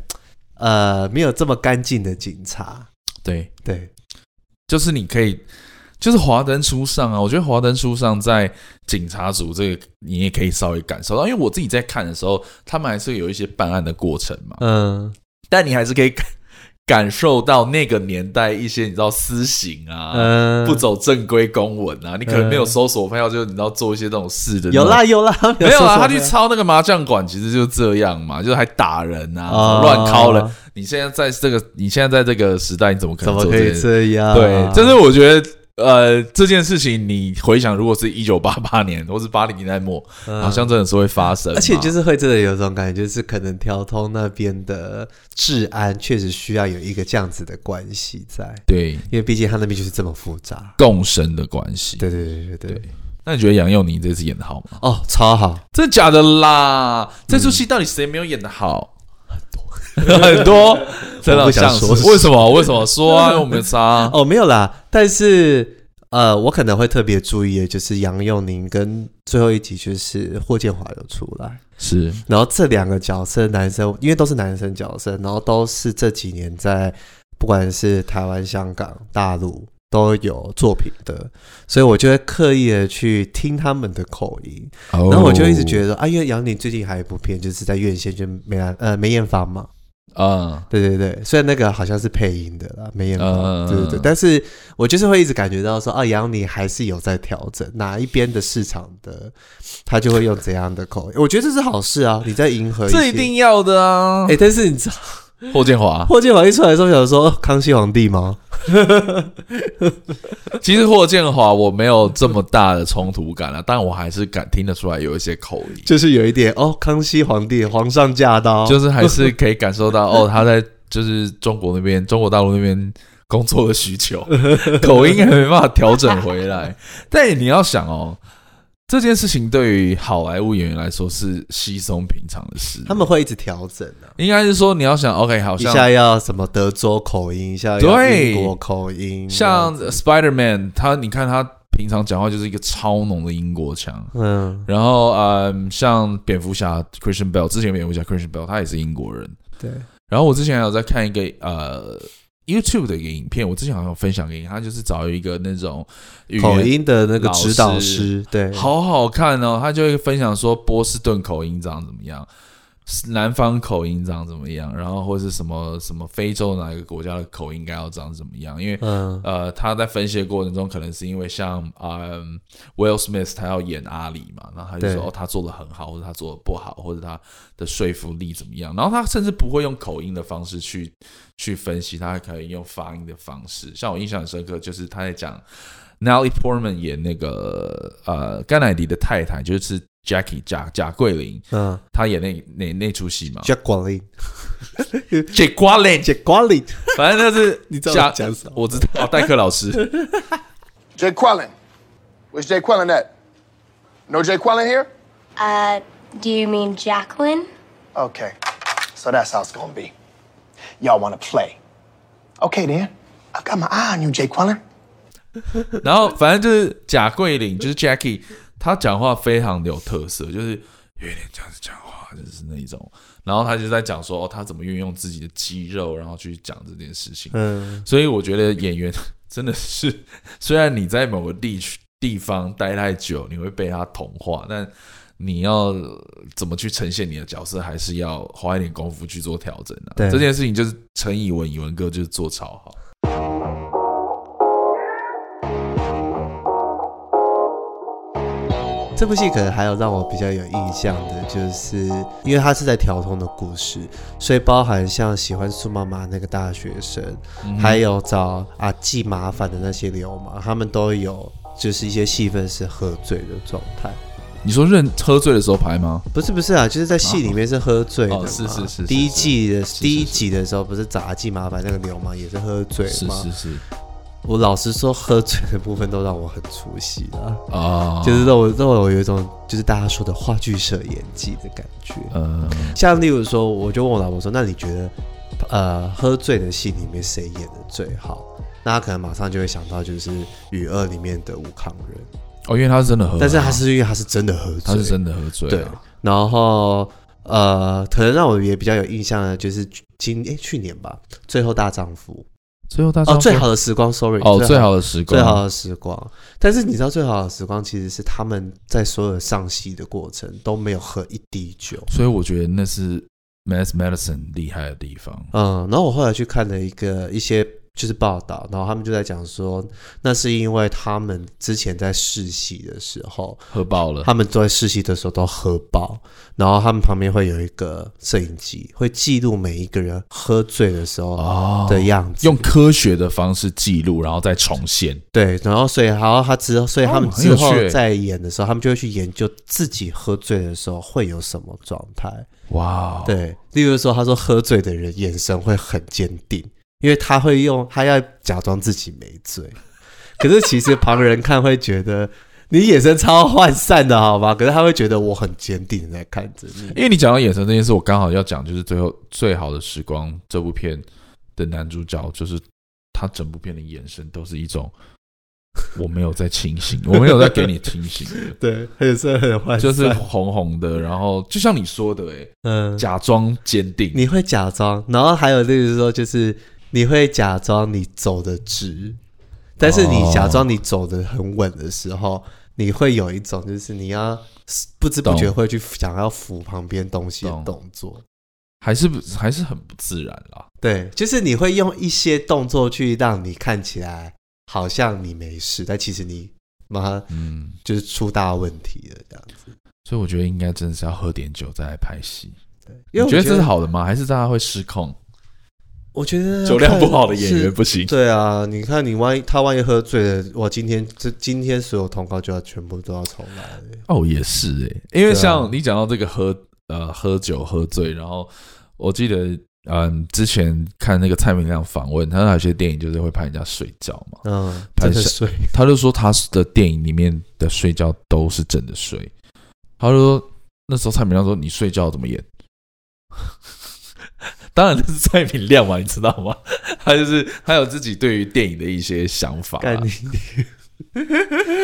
B: 呃，没有这么干净的警察。
A: 对，
B: 对，
A: 就是你可以，就是华灯初上啊。我觉得华灯初上在警察组这个，你也可以稍微感受到，因为我自己在看的时候，他们还是有一些办案的过程嘛，
B: 嗯
A: 但你还是可以感感受到那个年代一些你知道私刑啊。
B: 嗯，
A: 不走正规公文啊，你可能没有收索票，就是你知道做一些这种事的。
B: 有啦，有啦，
A: 没有啦，
B: 说
A: 他
B: 什
A: 去
B: 么
A: 抄那个麻将馆，其实就这样嘛，就是还打人啊，
B: 哦
A: 乱敲人。你现在在这个，你现在在这个时代，你怎么可
B: 怎
A: 能
B: 么
A: 做
B: 可
A: 这件
B: 以
A: 事？
B: 这样？啊
A: 对，就是我觉得。呃，这件事情你回想，如果是一九八八年或是八零年代末，
B: 嗯
A: 好像真的是会发生嘛。
B: 而且就是是会真的有种感觉，就是可能调通那边的治安确实需要有一个这样子的关系在，
A: 对
B: 因为毕竟他那边就是这么复杂。
A: 共生的关系。
B: 对对对对对
A: 对那你觉得杨佑宁这次演的好吗？
B: 哦，超好，
A: 真的假的啦？这出戏到底谁没有演的好？很多很多，真的 好
B: 我不想
A: 像
B: 说
A: 是为什么？为什么说啊？因为我没有差啊。
B: 哦，没有啦，但是呃，我可能会特别注意的就是杨佑宁跟最后一集就是霍建华有出来，
A: 是
B: 然后这两个角色男生，因为都是男生角色，然后都是这几年在不管是台湾、香港、大陆都有作品的，所以我就会刻意的去听他们的口音，然后我就一直觉
A: 得，
B: 得说啊，因为杨宁最近还有一部片就是在院线就梅兰呃梅艳芳嘛，
A: 嗯，
B: 对对对，虽然那个好像是配音的啦，没演过，
A: 嗯
B: 对对对，但是我就是会一直感觉到说，啊，杨你还是有在调整哪一边的市场的，他就会用怎样的口音，我觉得这是好事啊，你在迎合些
A: 这一定要的啊
B: 哎、。但是你知道
A: 霍建华，
B: 霍建华一出来的时候，想说哦康熙皇帝吗？
A: 其实霍建华我没有这么大的冲突感啊，但我还是感听得出来有一些口音，
B: 就是有一点哦，康熙皇帝皇上驾到，
A: 就是 还是可以感受到哦，他在就是中国那边，中国大陆那边工作的需 求，口音还没办法调整回来。但你要想哦，这件事情对于好莱坞演员来说是稀松平常的事，
B: 他们会一直调整啊。
A: 应该是说你要想，OK，好
B: 一
A: 像
B: 下要什么德州口音，一下要
A: 对
B: 英国口音，啊
A: 像 Spider Man，他你看他平常讲话就是一个超浓的英国腔。
B: 嗯，
A: 然后，嗯，像蝙蝠侠 Christian Bell，之前蝙蝠侠 Christian Bell 他也是英国人。
B: 对，
A: 然后我之前还有在看一个呃 YouTube 的一个影片，我之前好像有分享给你，他就是找一个那种语言
B: 口音的那个指导
A: 老
B: 师
A: 师，
B: 对，
A: 好好看哦，他就会分享说波士顿口音长怎么样，南方口音长怎么样，然后或是什么什么非洲哪一个国家的口音该要长怎么样，因为
B: 嗯，
A: 呃，他在分析的过程中，可能是因为像嗯、Will Smith 他要演阿里嘛，然后他就
B: 对
A: 说哦，他做的很好，或者他做的不好，或者他的说服力怎么样，然后他甚至不会用口音的方式去去分析，他还可以用发音的方式。像我印象很深刻，就是他在讲 Natalie Portman 演那个呃甘乃迪的太太，就是 Jackie 贾贾桂林，
B: 嗯，
A: 她演那那那出戏嘛，
B: 杰瓜林，
A: 贾瓜林，
B: 杰瓜林，
A: 反正就是
B: 你知道我
A: 贾
B: 讲什么
A: 我知道代课老师。
C: Jay Quellen. Where's Jay Quellen at? No Jay Quellen here?
D: Uh, do you mean Jacqueline?
C: Okay. So that's how it's gonna be. Y'all wanna play. Okay then. I've got my eye on you, Jay Quellen.
A: 然后反正就是贾桂林，就是 Jackie，她讲话非常的有特色，就是有一点这样子讲话，就是那一种。然后她就在讲说，哦，她怎么运用自己的肌肉，然后去讲这件事情。
B: 嗯，
A: 所以我觉得演员 真的是，虽然你在某个地区地方待太久，你会被他同化，但你要怎么去呈现你的角色，还是要花一点功夫去做调整的、
B: 对
A: 这件事情就是陈以文、以文哥就是做超好。
B: 这部戏可能还有让我比较有印象的，就是因为它是在调通的故事，所以包含像喜欢苏妈妈那个大学生，
A: 嗯
B: 还有找阿纪麻烦的那些流氓，他们都有就是一些戏份是喝醉的状态。
A: 你说认喝醉的时候拍吗？
B: 不是不是啊，就是在戏里面是喝醉的嘛、
A: 哦是是是是
B: 第一季的
A: 是
B: 第一集的时候，不是找阿纪麻烦那个流氓也是喝醉
A: 是
B: 吗？
A: 是是
B: 我老实说，喝醉的部分都让我很出戏了。
A: 啊，
B: 就是让我让我有一种就是大家说的话剧社演技的感觉。
A: 呃，
B: 像例如说，我就问我老婆说：“那你觉得，呃，喝醉的戏里面谁演的最好？”那她可能马上就会想到就是《雨二》里面的吴康仁，
A: 哦，因为他是真的喝了啊，
B: 但是他是因为他是真的喝醉，
A: 他是真的喝醉
B: 对
A: 了啊，。
B: 然后呃，可能让我也比较有印象的就是今诶去年吧，《最后大丈夫
A: 最后他》
B: 哦，《最好的时光》，sorry，
A: 哦最好的时光，
B: 最好的时光。但是你知道，最好的时光其实是他们在所有上戏的过程都没有喝一滴酒。
A: 所以我觉得那是 Mass Medicine 厉害的地方。
B: 嗯，然后我后来去看了一个一些就是报道，然后他们就在讲说，那是因为他们之前在试戏的时候，
A: 喝爆了，
B: 他们都在试戏的时候都喝爆，然后他们旁边会有一个摄影机，会记录每一个人喝醉的时候的样子。
A: 用科学的方式记录，然后再重现。
B: 对，然后所以，然后他之后，所以他们
A: 哦很有
B: 之后
A: 趣欸
B: 在演的时候，他们就会去研究自己喝醉的时候会有什么状态。
A: 哇，，
B: 对，例如说，他说喝醉的人眼神会很坚定，因为他会用他要假装自己没醉，可是其实旁人看会觉得你眼神超涣散的，好吗？可是他会觉得我很坚定地在看着 你。
A: 因为你讲到眼神这件事，我刚好要讲，就是最后最好的时光这部片的男主角，就是他整部片的眼神都是一种 我没有在清醒，我没有在给你清醒的，
B: 对，他也是 很坏，
A: 就是红红的，然后就像你说的、欸，
B: 嗯，
A: 假装坚定，
B: 你会假装，然后还有例如说，就是你会假装你走的直，但是你假装你走的很稳的时候，你会有一种就是你要不知不觉
A: 懂
B: 会去想要扶旁边东西的
A: 懂
B: 动作。
A: 还是不还是很不自然啦。
B: 对，就是你会用一些动作去让你看起来好像你没事，但其实你妈
A: 嗯，
B: 就是出大问题了这样子。
A: 所以我觉得应该真的是要喝点酒再来拍戏。
B: 因为
A: 你
B: 我
A: 觉
B: 觉
A: 得这是，好的吗？还是大家会失控？
B: 我觉得
A: 酒量
B: 看
A: 不好的演员
B: 是
A: 不行。
B: 呃对啊，你看你万一他万一喝醉了，我今天这今天所有通告就要全部都要重来了。
A: 哦，也是诶、因为
B: 对啊
A: 像你讲到这个喝呃喝酒喝醉，然后我记得嗯之前看那个蔡明亮访问，他那有些电影就是会拍人家睡觉嘛，
B: 嗯，
A: 拍
B: 真的
A: 摄
B: 睡，
A: 他就说他的电影里面的睡觉都是真的睡，他就说那时候蔡明亮说你睡觉怎么演？ 当然那是蔡明亮嘛，你知道吗？ 他就是他有自己对于电影的一些想法啊、
B: 干你！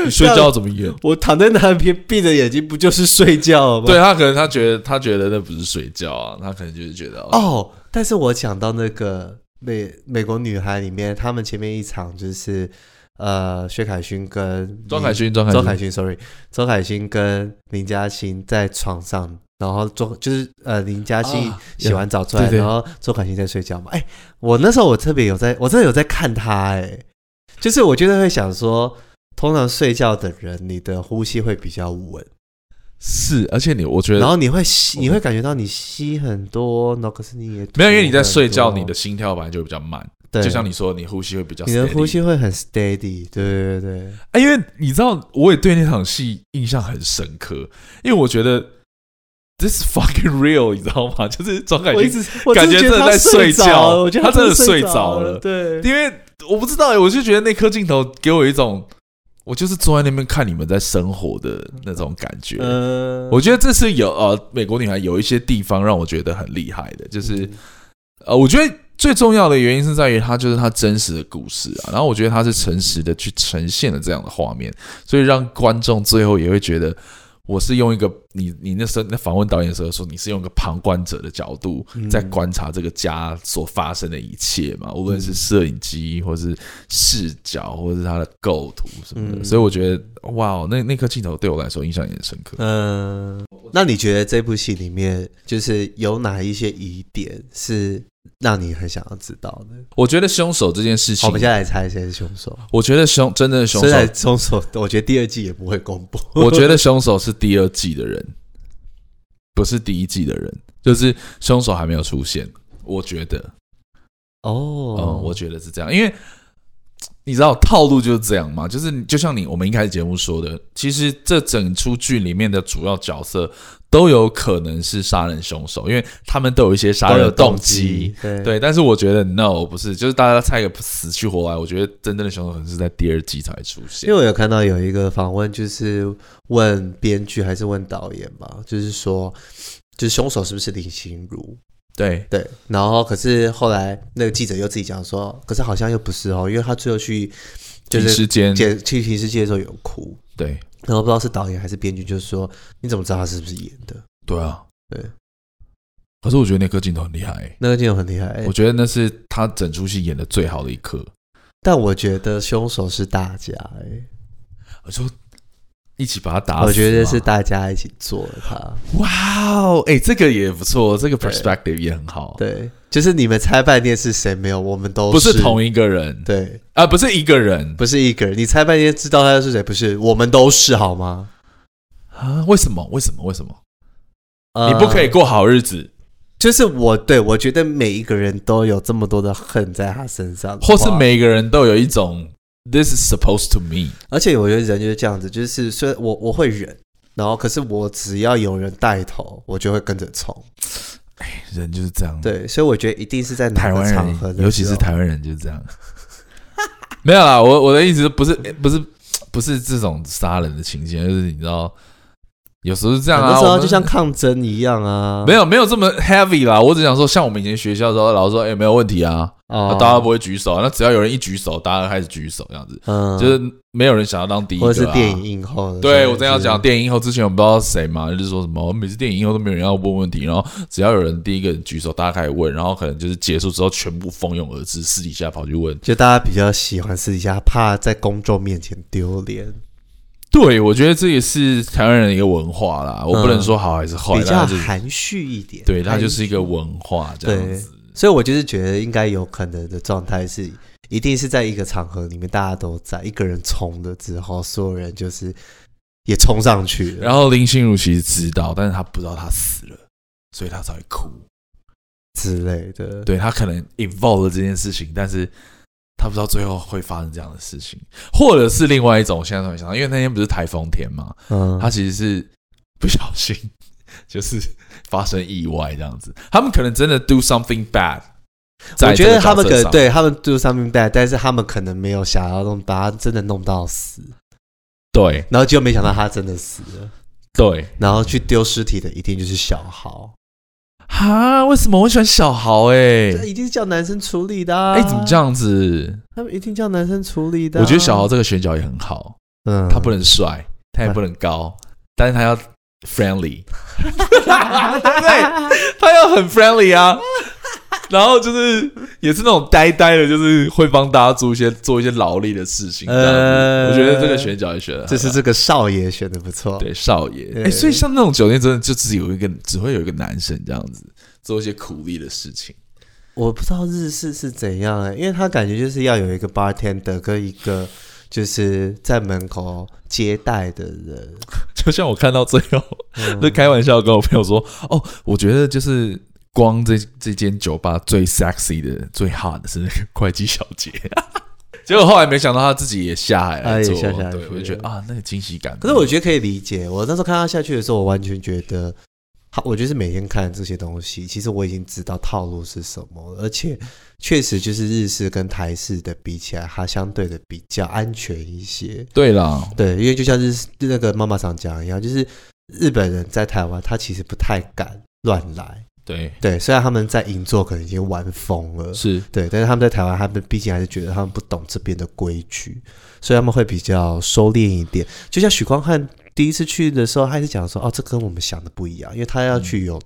A: 你睡觉怎么演？
B: 我躺在那边闭着眼睛，不就是睡觉吗？
A: 对啊他可能他觉得他觉得那不是睡觉啊，他可能就是觉得哦
B: 哦，但是我讲到那个美美国女孩里面，他们前面一场就是呃，薛凯勋跟
A: 庄凯勋，庄凯
B: 周
A: 勋，
B: 凯勋，sorry，周凯勋跟林嘉欣在床上，然后周就是呃林嘉欣
A: 啊
B: 洗完澡出来，
A: 对对
B: 然后周凯勋在睡觉嘛。哎、我那时候我特别有在，我真的有在看他、哎，就是我觉得会想说，通常睡觉的人，你的呼吸会比较稳，
A: 是，而且你我觉
B: 然
A: 得
B: 后你会吸，你会感觉到你吸很多，然后可是你也
A: 没有，因为你在睡觉，
B: 吐很
A: 你
B: 多
A: 的心跳本来就比较慢，
B: 对，
A: 就像你说，你呼吸会比较
B: 你的
A: steady
B: 呼吸会很 steady，对对对对，
A: 哎，因为你知道，我也对那场戏印象很深刻，因为我觉得 this is fucking real，你知道吗？ 就是庄凯
B: 我一
A: 勋，
B: 直我
A: 哎感觉
B: 觉
A: 真的
B: 他
A: 在睡
B: 睡
A: 觉
B: 着了，我觉得
A: 他真的睡
B: 睡
A: 着了
B: 了，对。
A: 因为我不知道、哎，我就觉得那颗镜头给我一种，我就是坐在那边看你们在生活的那种感觉。
B: 呃
A: 我觉得这是有呃，美国女孩有一些地方让我觉得很厉害的，就是、呃，我觉得最重要的原因是在于它就是它真实的故事啊，然后我觉得它是诚实的去呈现了这样的画面，所以让观众最后也会觉得。我是用一个你你那时候那访问导演的时候说你是用一个旁观者的角度
B: 嗯
A: 在观察这个家所发生的一切嘛，无
B: 嗯
A: 论是摄影机或是视角或是它的构图什
B: 嗯
A: 么的，所以我觉得哇哦，那那颗镜头对我来说印象也很深刻。
B: 嗯，那你觉得这部戏里面就是有哪一些疑点是让你很想要知道的？
A: 我觉得凶手这件事
B: 好，
A: 情，
B: 我们现在来猜谁是凶手。
A: 我觉得凶真正的凶
B: 虽
A: 手，
B: 然凶手，我觉得第二季也不会公布。
A: 我觉得凶手是第二季的人，不是第一季的人，就是凶手还没有出现。我觉得，
B: 哦，
A: 嗯，我觉得是这样，因为你知道套路就是这样嘛，就是就像你我们一开始节目说的，其实这整出剧里面的主要角色都有可能是杀人凶手，因为他们都有一些杀
B: 都
A: 人
B: 有
A: 的动
B: 动机
A: 机。
B: 对
A: 对，但是我觉得 no 不是，就是大家猜个死去活来。我觉得真正的凶手可能是在第二季才出现
B: 因为。我有看到有一个访问，就是问编剧还是问导演吧，就是说，就是凶手是不是林心如？
A: 对，
B: 对，然后可是后来那个记者又自己讲说，可是好像又不是哦，因为他最后去就
A: 停
B: 是
A: 尸间
B: 解去停尸间的时候有哭，
A: 对
B: 然后不知道是导演还是编剧，就是说你怎么知道他是不是演的？
A: 对啊，
B: 对。
A: 可是我觉得那颗镜头很厉害欸、
B: 那个镜头很厉害，哎
A: 我觉得那是他整出戏演的最好的一刻。
B: 但我觉得凶手是大家、哎，
A: 我说一起把他打死吗，
B: 我觉得是大家一起做了他，
A: 哇哦，哎，这个也不错，这个 perspective 也很好。，
B: 对，就是你们猜半天是谁没有，我们都
A: 不是
B: 是
A: 同一个人，
B: 对，
A: 啊，不是一个人
B: 不是一个人，你猜半天知道他是谁，不是，我们都是好吗？
A: 啊？为什么？为什么？为什么？
B: 呃
A: 你不可以过好日子，
B: 就是我对我觉得每一个人都有这么多的恨在他身上，
A: 或是，每个人都有一种 this is supposed to me。
B: 而且我觉得人就是这样子，就是虽然我我会忍，然后可是我只要有人带头，我就会跟着冲。
A: 嗯人就是这样，，
B: 对，所以我觉得一定是在哪
A: 台
B: 个
A: 湾
B: 场合的
A: 人，
B: 时候，
A: 尤其是台湾人就是这 样。没有啦，我我的意思不是不是不是这种杀人的情节，就是你知道，有时候是这样
B: 很
A: 啊，
B: 多时
A: 我
B: 候
A: 们
B: 就像抗争一样啊，
A: 没有没有这么 heavy 啦。我只想说，像我们以前学校的时候，老师说，哎、没有问题啊，啊
B: 哦，
A: 大家不会举手，那只要有人一举手，大家开始举手，这样子，
B: 嗯，
A: 就是没有人想要当第一个、
B: 或
A: 啊。
B: 者是电影映后的时候，
A: 对，我正要
B: 就是
A: 讲电影以后之前，我们不知道谁嘛，就是说什么每次电影以后都没有人要问问题，然后只要有人第一个举手，大家开始问，然后可能就是结束之后全部蜂拥而至，私底下跑去问。
B: 就大家比较喜欢私底下，怕在公众面前丢脸，
A: 对，我觉得这也是台湾人的一个文化啦，我不能说好还是坏，
B: 嗯比较
A: 但是
B: 含蓄一点。
A: 对，它
B: 含
A: 就是一个文化这样
B: 对
A: 子。，
B: 所以我就是觉得应该有可能的状态是，一定是在一个场合里面大家都在，一个人冲了之后，所有人就是也冲上去了，
A: 然后林心如其实知道，但是她不知道她死了，所以她才会哭。
B: 之类的。
A: 对她可能 involve 了这件事情，但是她不知道最后会发生这样的事情，或者是另外一种。我现在突然想到，因为那天不是台风天嘛，
B: 嗯，
A: 他其实是不小心， 就是发生意外这样子。他们可能真的 do something bad 在这
B: 我觉
A: 个角色上。
B: 得他们可对他们 do something bad，但是他们可能没有想要弄把他真的弄到死，
A: 对
B: 然后结果没想到他真的死了，
A: 对
B: 然后去丢尸体的一定就是小豪，
A: 哈，为什么我喜欢小豪、
B: 这
A: 欸？
B: 一定是叫男生处理的、啊。
A: 哎、怎么这？样子？
B: 他们一定叫男生处理的啊、
A: 我觉得小豪这个选角也很好，
B: 嗯，
A: 他不能帅，他也不能高，但是他要 friendly，对，他要很 friendly 啊。然后就是也是那种呆呆的，就是会帮大家做一些做一些劳力的事情。这样子
B: 呃
A: 我觉得这个选角也选的，
B: 就是这个少爷选的不错。
A: 对少爷。哎、
B: 对
A: 所以像那种酒店真的就只有一个，只会有一个男生这样子做一些苦力的事情。
B: 我不知道日式是怎样欸因为他感觉就是要有一个 bartender 跟一个就是在门口接待的人，
A: 就像我看到最后，
B: 嗯
A: 就开玩笑跟我朋友说：“哦，我觉得就是光这这间酒吧最 sexy 的、最 hot 的是那个会计小姐。” 结果后来没想到她自己也下海
B: 她
A: 来
B: 哎也
A: 做，
B: 下海
A: 对，
B: 去
A: 我就觉得啊，那个惊喜感。
B: 可是我觉得可以理解。我那时候看他下去的时候，我完全觉得，好，我就是每天看这些东西，其实我已经知道套路是什么了，而且确实就是日式跟台式的比起来，它相对的比较安全一些。
A: 对啦，
B: 对，因为就像是那个妈妈常讲一样，就是日本人在台湾，他其实不太敢乱来。
A: 对，
B: 对，虽然他们在银座可能已经玩疯了，
A: 是
B: 对，但是他们在台湾，他们毕竟还是觉得他们不懂这边的规矩，所以他们会比较收敛一点。就像许光汉第一次去的时候，他还是讲说，哦，这跟我们想的不一样，因为他要去有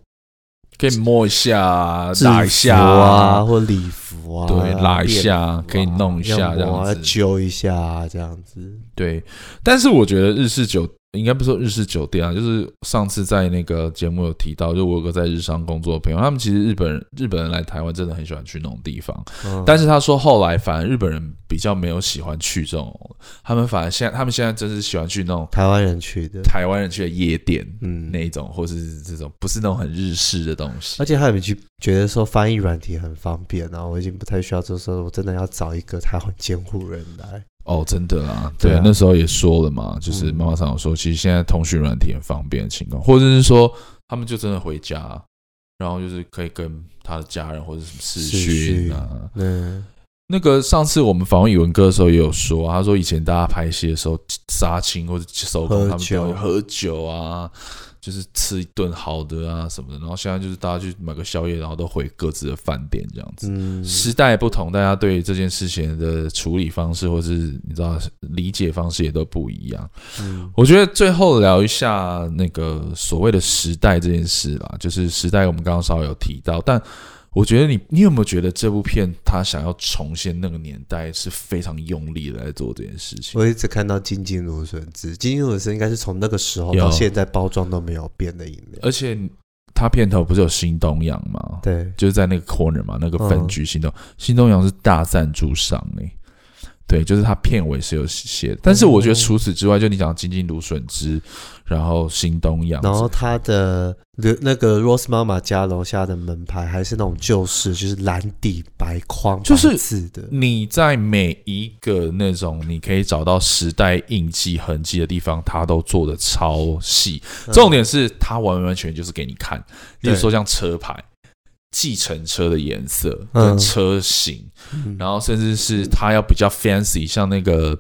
A: 可以摸一下啊、
B: 制
A: 打一下
B: 服啊，，或礼服啊，
A: 对拉一
B: 便
A: 下
B: 服
A: 可以
B: 啊
A: 弄一
B: 要
A: 下这
B: 摸
A: 样
B: 啊
A: 子
B: 揪一下啊这样子。
A: 对。但是我觉得日式酒应该不是说日式酒店啊，就是上次在那个节目有提到，就我有个在日商工作的朋友，他们其实日本人日本人来台湾真的很喜欢去那种地方。
B: 嗯
A: 但是他说后来反而日本人比较没有喜欢去这种，他们反而现在他们现在真是喜欢去那种
B: 台湾人去的，
A: 台湾人去的夜店，
B: 嗯
A: 嗯，那一种或是这种不是那种很日式的东西
B: 而。且他有一句觉得说翻译软体很方便，然后我已经不太需要，就是说我真的要找一个台湾监护人来。
A: 哦，真的啊，
B: 对
A: 对，
B: 啊
A: 那时候也说了嘛，就是
B: 嗯
A: 妈妈常常说，其实现在通讯软体很方便的情况，或者是说他们就真的回家，然后就是可以跟他的家人或者什么视
B: 视
A: 讯
B: 讯
A: 啊，
B: 嗯，
A: 那个上次我们访问宇文哥的时候也有说啊、他说以前大家拍戏的时候杀青或者收工，
B: 喝
A: 他们都
B: 酒
A: 会喝酒啊，就是吃一顿好的啊什么的。然后现在就是大家去买个宵夜，然后都回各自的饭店这样子。
B: 嗯
A: 时代不同，大家对这件事情的处理方式，或是你知道理解方式也都不一样。
B: 嗯
A: 我觉得最后聊一下那个所谓的时代这件事啦，就是时代我们刚刚稍微有提到，但我觉得你你有没有觉得这部片它想要重现那个年代是非常用力的来做这件事情？
B: 我一直看到金金芦笋汁，金金芦笋应该是从那个时候
A: 有
B: 到现在包装都没有变的饮料。
A: 而且它片头不是有新东阳吗？
B: 对，
A: 就是在那个 corner 嘛，那个分局新
B: 嗯
A: 东、新东阳是大赞助商诶、对，就是它片尾是有写的，但是我觉得除此之外，就你讲金金芦笋汁，然后新东阳，
B: 然后它的那个 Rose 妈妈家楼下的门牌还是那种旧式，就是蓝底白框，
A: 就是嗯
B: 白字的。
A: 你在每一个那种你可以找到时代印记痕迹的地方，它都做的超细。
B: 嗯
A: 重点是它完完全全就是给你看，例如说像车牌、计程车的颜色
B: 嗯
A: 跟车型，然后甚至是它要比较 fancy，像那个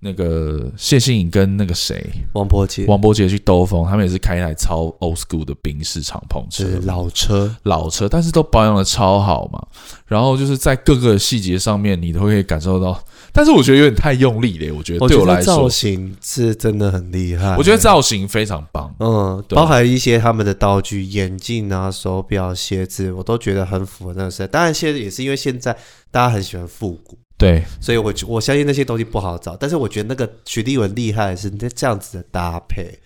A: 那个谢欣颖跟那个谁
B: 王伯杰，
A: 王伯杰去兜风，他们也是开一台超 old school 的宾士敞篷车
B: 就，是老车，
A: 老车，但是都保养的超好嘛。然后就是在各个细节上面，你都可以感受到。但是我觉得有点太用力了，我觉得对
B: 觉
A: 我
B: 得
A: 来
B: 造
A: 说，
B: 型是真的很厉害。
A: 我觉得造型非常棒。
B: 嗯，
A: 对
B: 包含一些他们的道具、眼镜啊、手表、鞋子，我都觉得很符合那个时代。当然，现在也是因为现在大家很喜欢复古，
A: 对，
B: 所以我觉我相信那些东西不好找。但是我觉得那个徐立文厉害的是那这样子的搭配，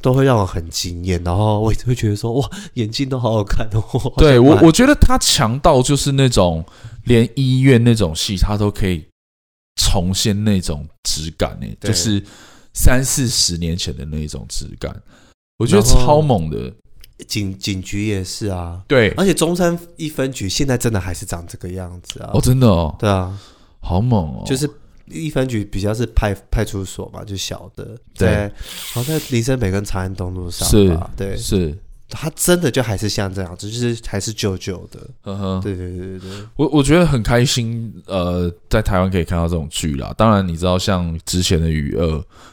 B: 都会让我很惊艳。然后我也会觉得说，哇，眼镜都好好看哦。好想
A: 对我
B: 买
A: 我觉得他强到就是那种连医院那种戏，他都可以重现那种质感呢、
B: 对
A: 就是三四十年前的那一种质感，我觉得
B: 然后
A: 超猛的。
B: 警警局也是啊，
A: 对，
B: 而且中山一分局现在真的还是长这个样子啊。
A: 哦，真的哦，
B: 对啊，
A: 好猛哦，
B: 就是一分局比较是派派出所嘛，就小的，
A: 对
B: 在好像在林森北跟长安东路上
A: 是
B: 吧，对，
A: 是，
B: 他真的就还是像这样子，就是还是旧旧的，
A: 呵呵，
B: 对对对对对，
A: 我我觉得很开心，呃，在台湾可以看到这种剧啦。当然，你知道像之前的《雨二》，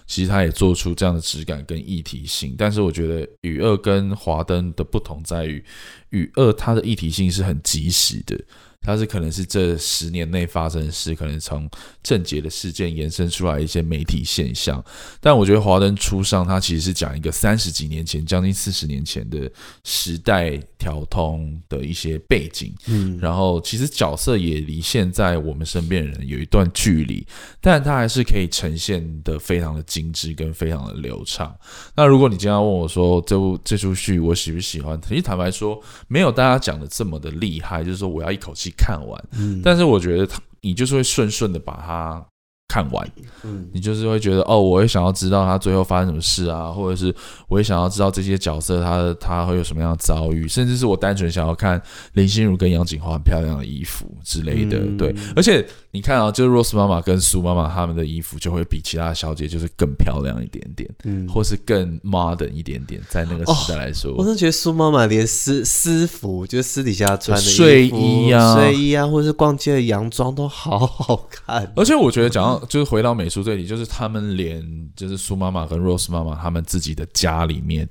A: 其实它也做出这样的质感跟议题性，但是我觉得《雨二》跟《华灯》的不同在于，《雨二》它的议题性是很及时的，它是可能是这十年内发生的事，可能从政界的事件延伸出来一些媒体现象。但我觉得《华灯初上》它其实是讲一个三十几年前、将近四十年前的时代调通的一些背景。
B: 嗯，
A: 然后其实角色也离现在我们身边的人有一段距离，但它还是可以呈现的非常的精致跟非常的流畅。那如果你今天要问我说这部这出剧我喜不喜欢，其实坦白说没有大家讲的这么的厉害，就是说我要一口气看完。
B: 嗯
A: 但是我觉得它你就是会顺顺的把它看完，
B: 嗯
A: 你就是会觉得哦，我也想要知道他最后发生什么事啊，或者是我也想要知道这些角色他的他会有什么样的遭遇，甚至是我单纯想要看林心如跟杨锦华很漂亮的衣服之类的。
B: 嗯
A: 对，而且你看啊，就是 Rose 妈妈跟苏妈妈她们的衣服就会比其他的小姐就是更漂亮一点点，
B: 嗯，哦
A: 或是更 modern 一点点，在那个时代来说，
B: 我真的觉得苏妈妈连私私服，就是私底下穿的衣服
A: 睡衣啊
B: 睡衣啊，或者是逛街的洋装都好好 看。
A: 而且我觉得讲到就是回到美术这里，就是他们连就是苏妈妈跟 Rose 妈妈他们自己的家里面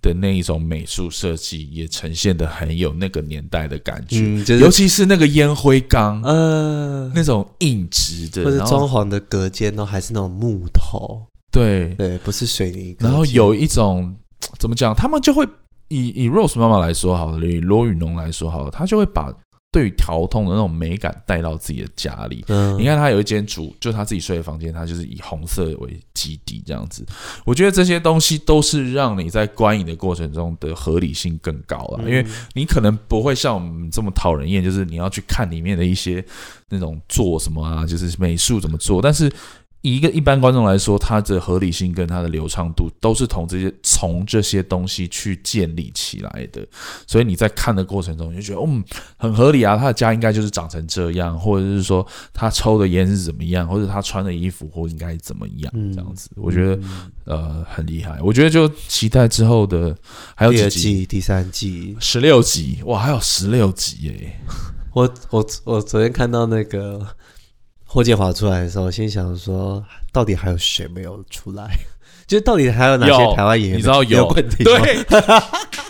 A: 的那一种美术设计，也呈现的很有那个年代的感觉，
B: 嗯，就是
A: 尤其是那个烟灰缸、
B: 呃，
A: 那种硬直的，
B: 或者
A: 然
B: 装
A: 后
B: 潢的隔间都还是那种木头，
A: 对，
B: 对，不是水泥隔间。
A: 然后有一种怎么讲，他们就会以以 Rose 妈妈来说好了，以罗宇农来说好了，他就会把对于调通的那种美感带到自己的家里，
B: 嗯，
A: 你看他有一间主，就他自己睡的房间，他就是以红色为基底这样子。我觉得这些东西都是让你在观影的过程中的合理性更高了，因为你可能不会像我们这么讨人厌，就是你要去看里面的一些那种做什么啊，就是美术怎么做，但是。以一个一般观众来说，它的合理性跟它的流畅度都是从这些从这些东西去建立起来的，所以你在看的过程中，你就觉得，嗯，很合理啊，他的家应该就是长成这样，或者是说他抽的烟是怎么样，或者他穿的衣服或应该怎么样，
B: 嗯
A: 这样子，我觉得呃很厉害。我觉得就期待之后的还有
B: 第
A: 几
B: 二
A: 集，
B: 季、第三季，
A: 十六集，哇，还有十六集耶！
B: 我我我昨天看到那个霍建华出来的时候，我心想说，到底还有谁没有出来？ 就是到底还有哪
A: 有
B: 些台湾演员没？
A: 你知道
B: 刘
A: 有
B: 冠廷吗，
A: 对，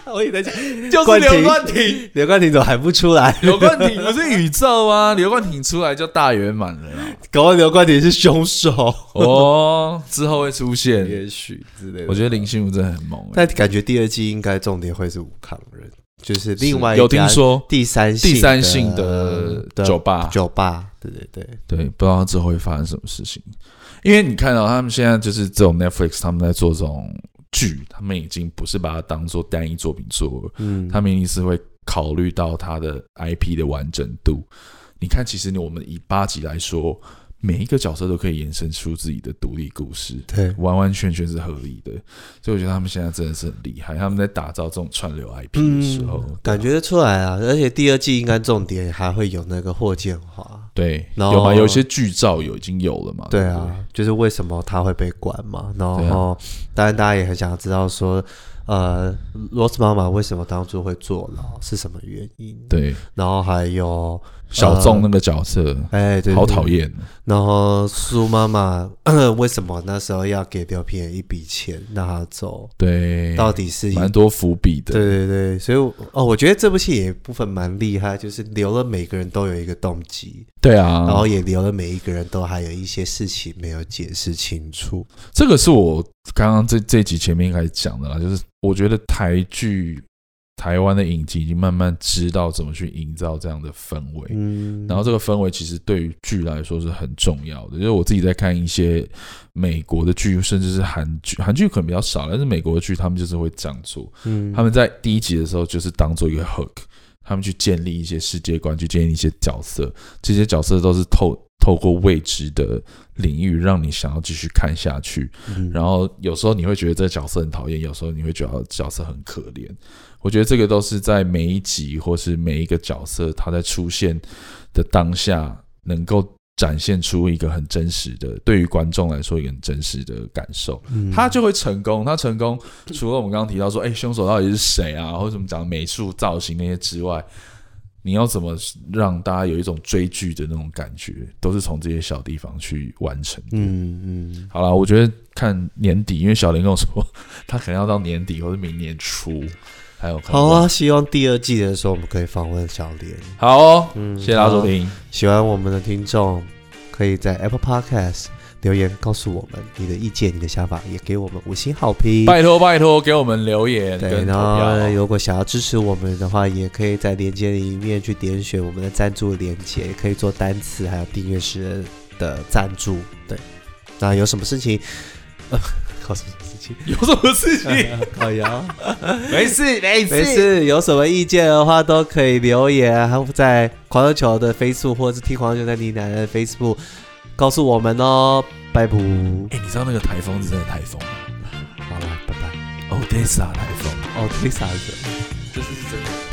B: 我也在 讲，
A: 就是刘冠廷。
B: 刘冠廷怎么还不出来？
A: 刘冠廷不是宇宙吗？刘冠廷出来就大圆满了啊啦。
B: 搞不好刘冠廷是凶手，
A: 哦，之后会出 现。
B: 许之类
A: 我觉
B: 得，
A: 得林心如真的很猛耶、
B: 啊但感觉第二季应该重点会是武康人，就是另外一
A: 有
B: 家
A: 听说
B: 第三性
A: 第三性
B: 的
A: 的酒吧
B: 酒吧，对对对，
A: 对，不知道之后会发生什么事情。因为你看到他们现在就是这种 Netflix，他们在做这种剧，他们已经不是把它当做单一作品做了，
B: 嗯，
A: 他们一定是会考虑到它的 IP 的完整度。你看，其实我们以八集来说，每一个角色都可以延伸出自己的独立故事，
B: 对
A: 完完全全是合理的。所以我觉得他们现在真的是很厉害，他们在打造这种串流 IP 的时候，
B: 感觉得出来啊，而且第二季应该重点还会有那个霍建华。
A: 对
B: 然
A: 有吗？
B: 后
A: 有一些剧照有已经有了嘛？
B: 对
A: 不对
B: 啊，就是为什么他会被关嘛？然
A: 对
B: 后，当然大家也很想知道说，呃，Rose 妈妈为什么当初会坐牢，是什么原因？，
A: 对，
B: 然后还有
A: 小众那个角色，
B: 呃哎，对，
A: 好
B: 对
A: 讨。厌。
B: 然后苏妈妈 为什么那时候要给刘品言一笔钱让他走？
A: 对，
B: 到底是
A: 哎蛮多伏笔的。
B: 对对对，所以我哦，我觉得这部戏也部分蛮厉害，就是留了每个人都有一个动机，
A: 对啊，
B: 然后也留了每一个人都还有一些事情没有解释清楚。
A: 这个是我刚刚这这一集前面开始讲的啦，就是我觉得台剧、台湾的影集已经慢慢知道怎么去营造这样的氛围，
B: 嗯，
A: 然后这个氛围其实对于剧来说是很重要的。就是我自己在看一些美国的剧，甚至是韩剧，韩剧可能比较少，但是美国的剧他们就是会这样做。
B: 嗯
A: 他们在第一集的时候就是当做一个 hook，他们去建立一些世界观，去建立一些角色，这些角色都是透透过未知的领域让你想要继续看下去。然后有时候你会觉得这个角色很讨厌，有时候你会觉得角色很可怜。我觉得这个都是在每一集或是每一个角色他在出现的当下，能够展现出一个很真实的，对于观众来说一个很真实的感受，
B: 嗯
A: 他就会成功。他成功，除了我们刚刚提到说，哎，凶手到底是谁啊，或者怎么讲美术造型那些之外，你要怎么让大家有一种追剧的那种感觉，都是从这些小地方去完成的。
B: 嗯嗯，
A: 好啦，我觉得看年底，因为小林跟我说他可能要到年底或者明年初才有。
B: 好啊，，希望第二季的时候我们可以访问小莲。
A: 好哦，
B: 嗯
A: 谢谢大家收听，
B: 喜欢我们的听众，可以在 Apple Podcast 留言告诉我们你的意见、你的想法，也给我们五星好评。
A: 拜托拜托，给我们留言
B: 对，
A: 跟投
B: 然后
A: 票。
B: 如果想要支持我们的话，也可以在链接里面去点选我们的赞助链接，也可以做单次还有订阅式的赞助。对，那有什么事情？呃，搞什么 事情？
A: 有什么事情？
B: 搞呀，
A: 没事没
B: 没事，有什么意见的话都可以留言，还有在狂热球的 Facebook 或是听狂热球在你奶奶的 Facebook 告诉我们哦。拜拜，
A: 哎、你知道那个台风是真的台风吗
B: 好了，拜拜。
A: ？Odessa 台风。
B: 哦，对，傻子。
A: 这是真的。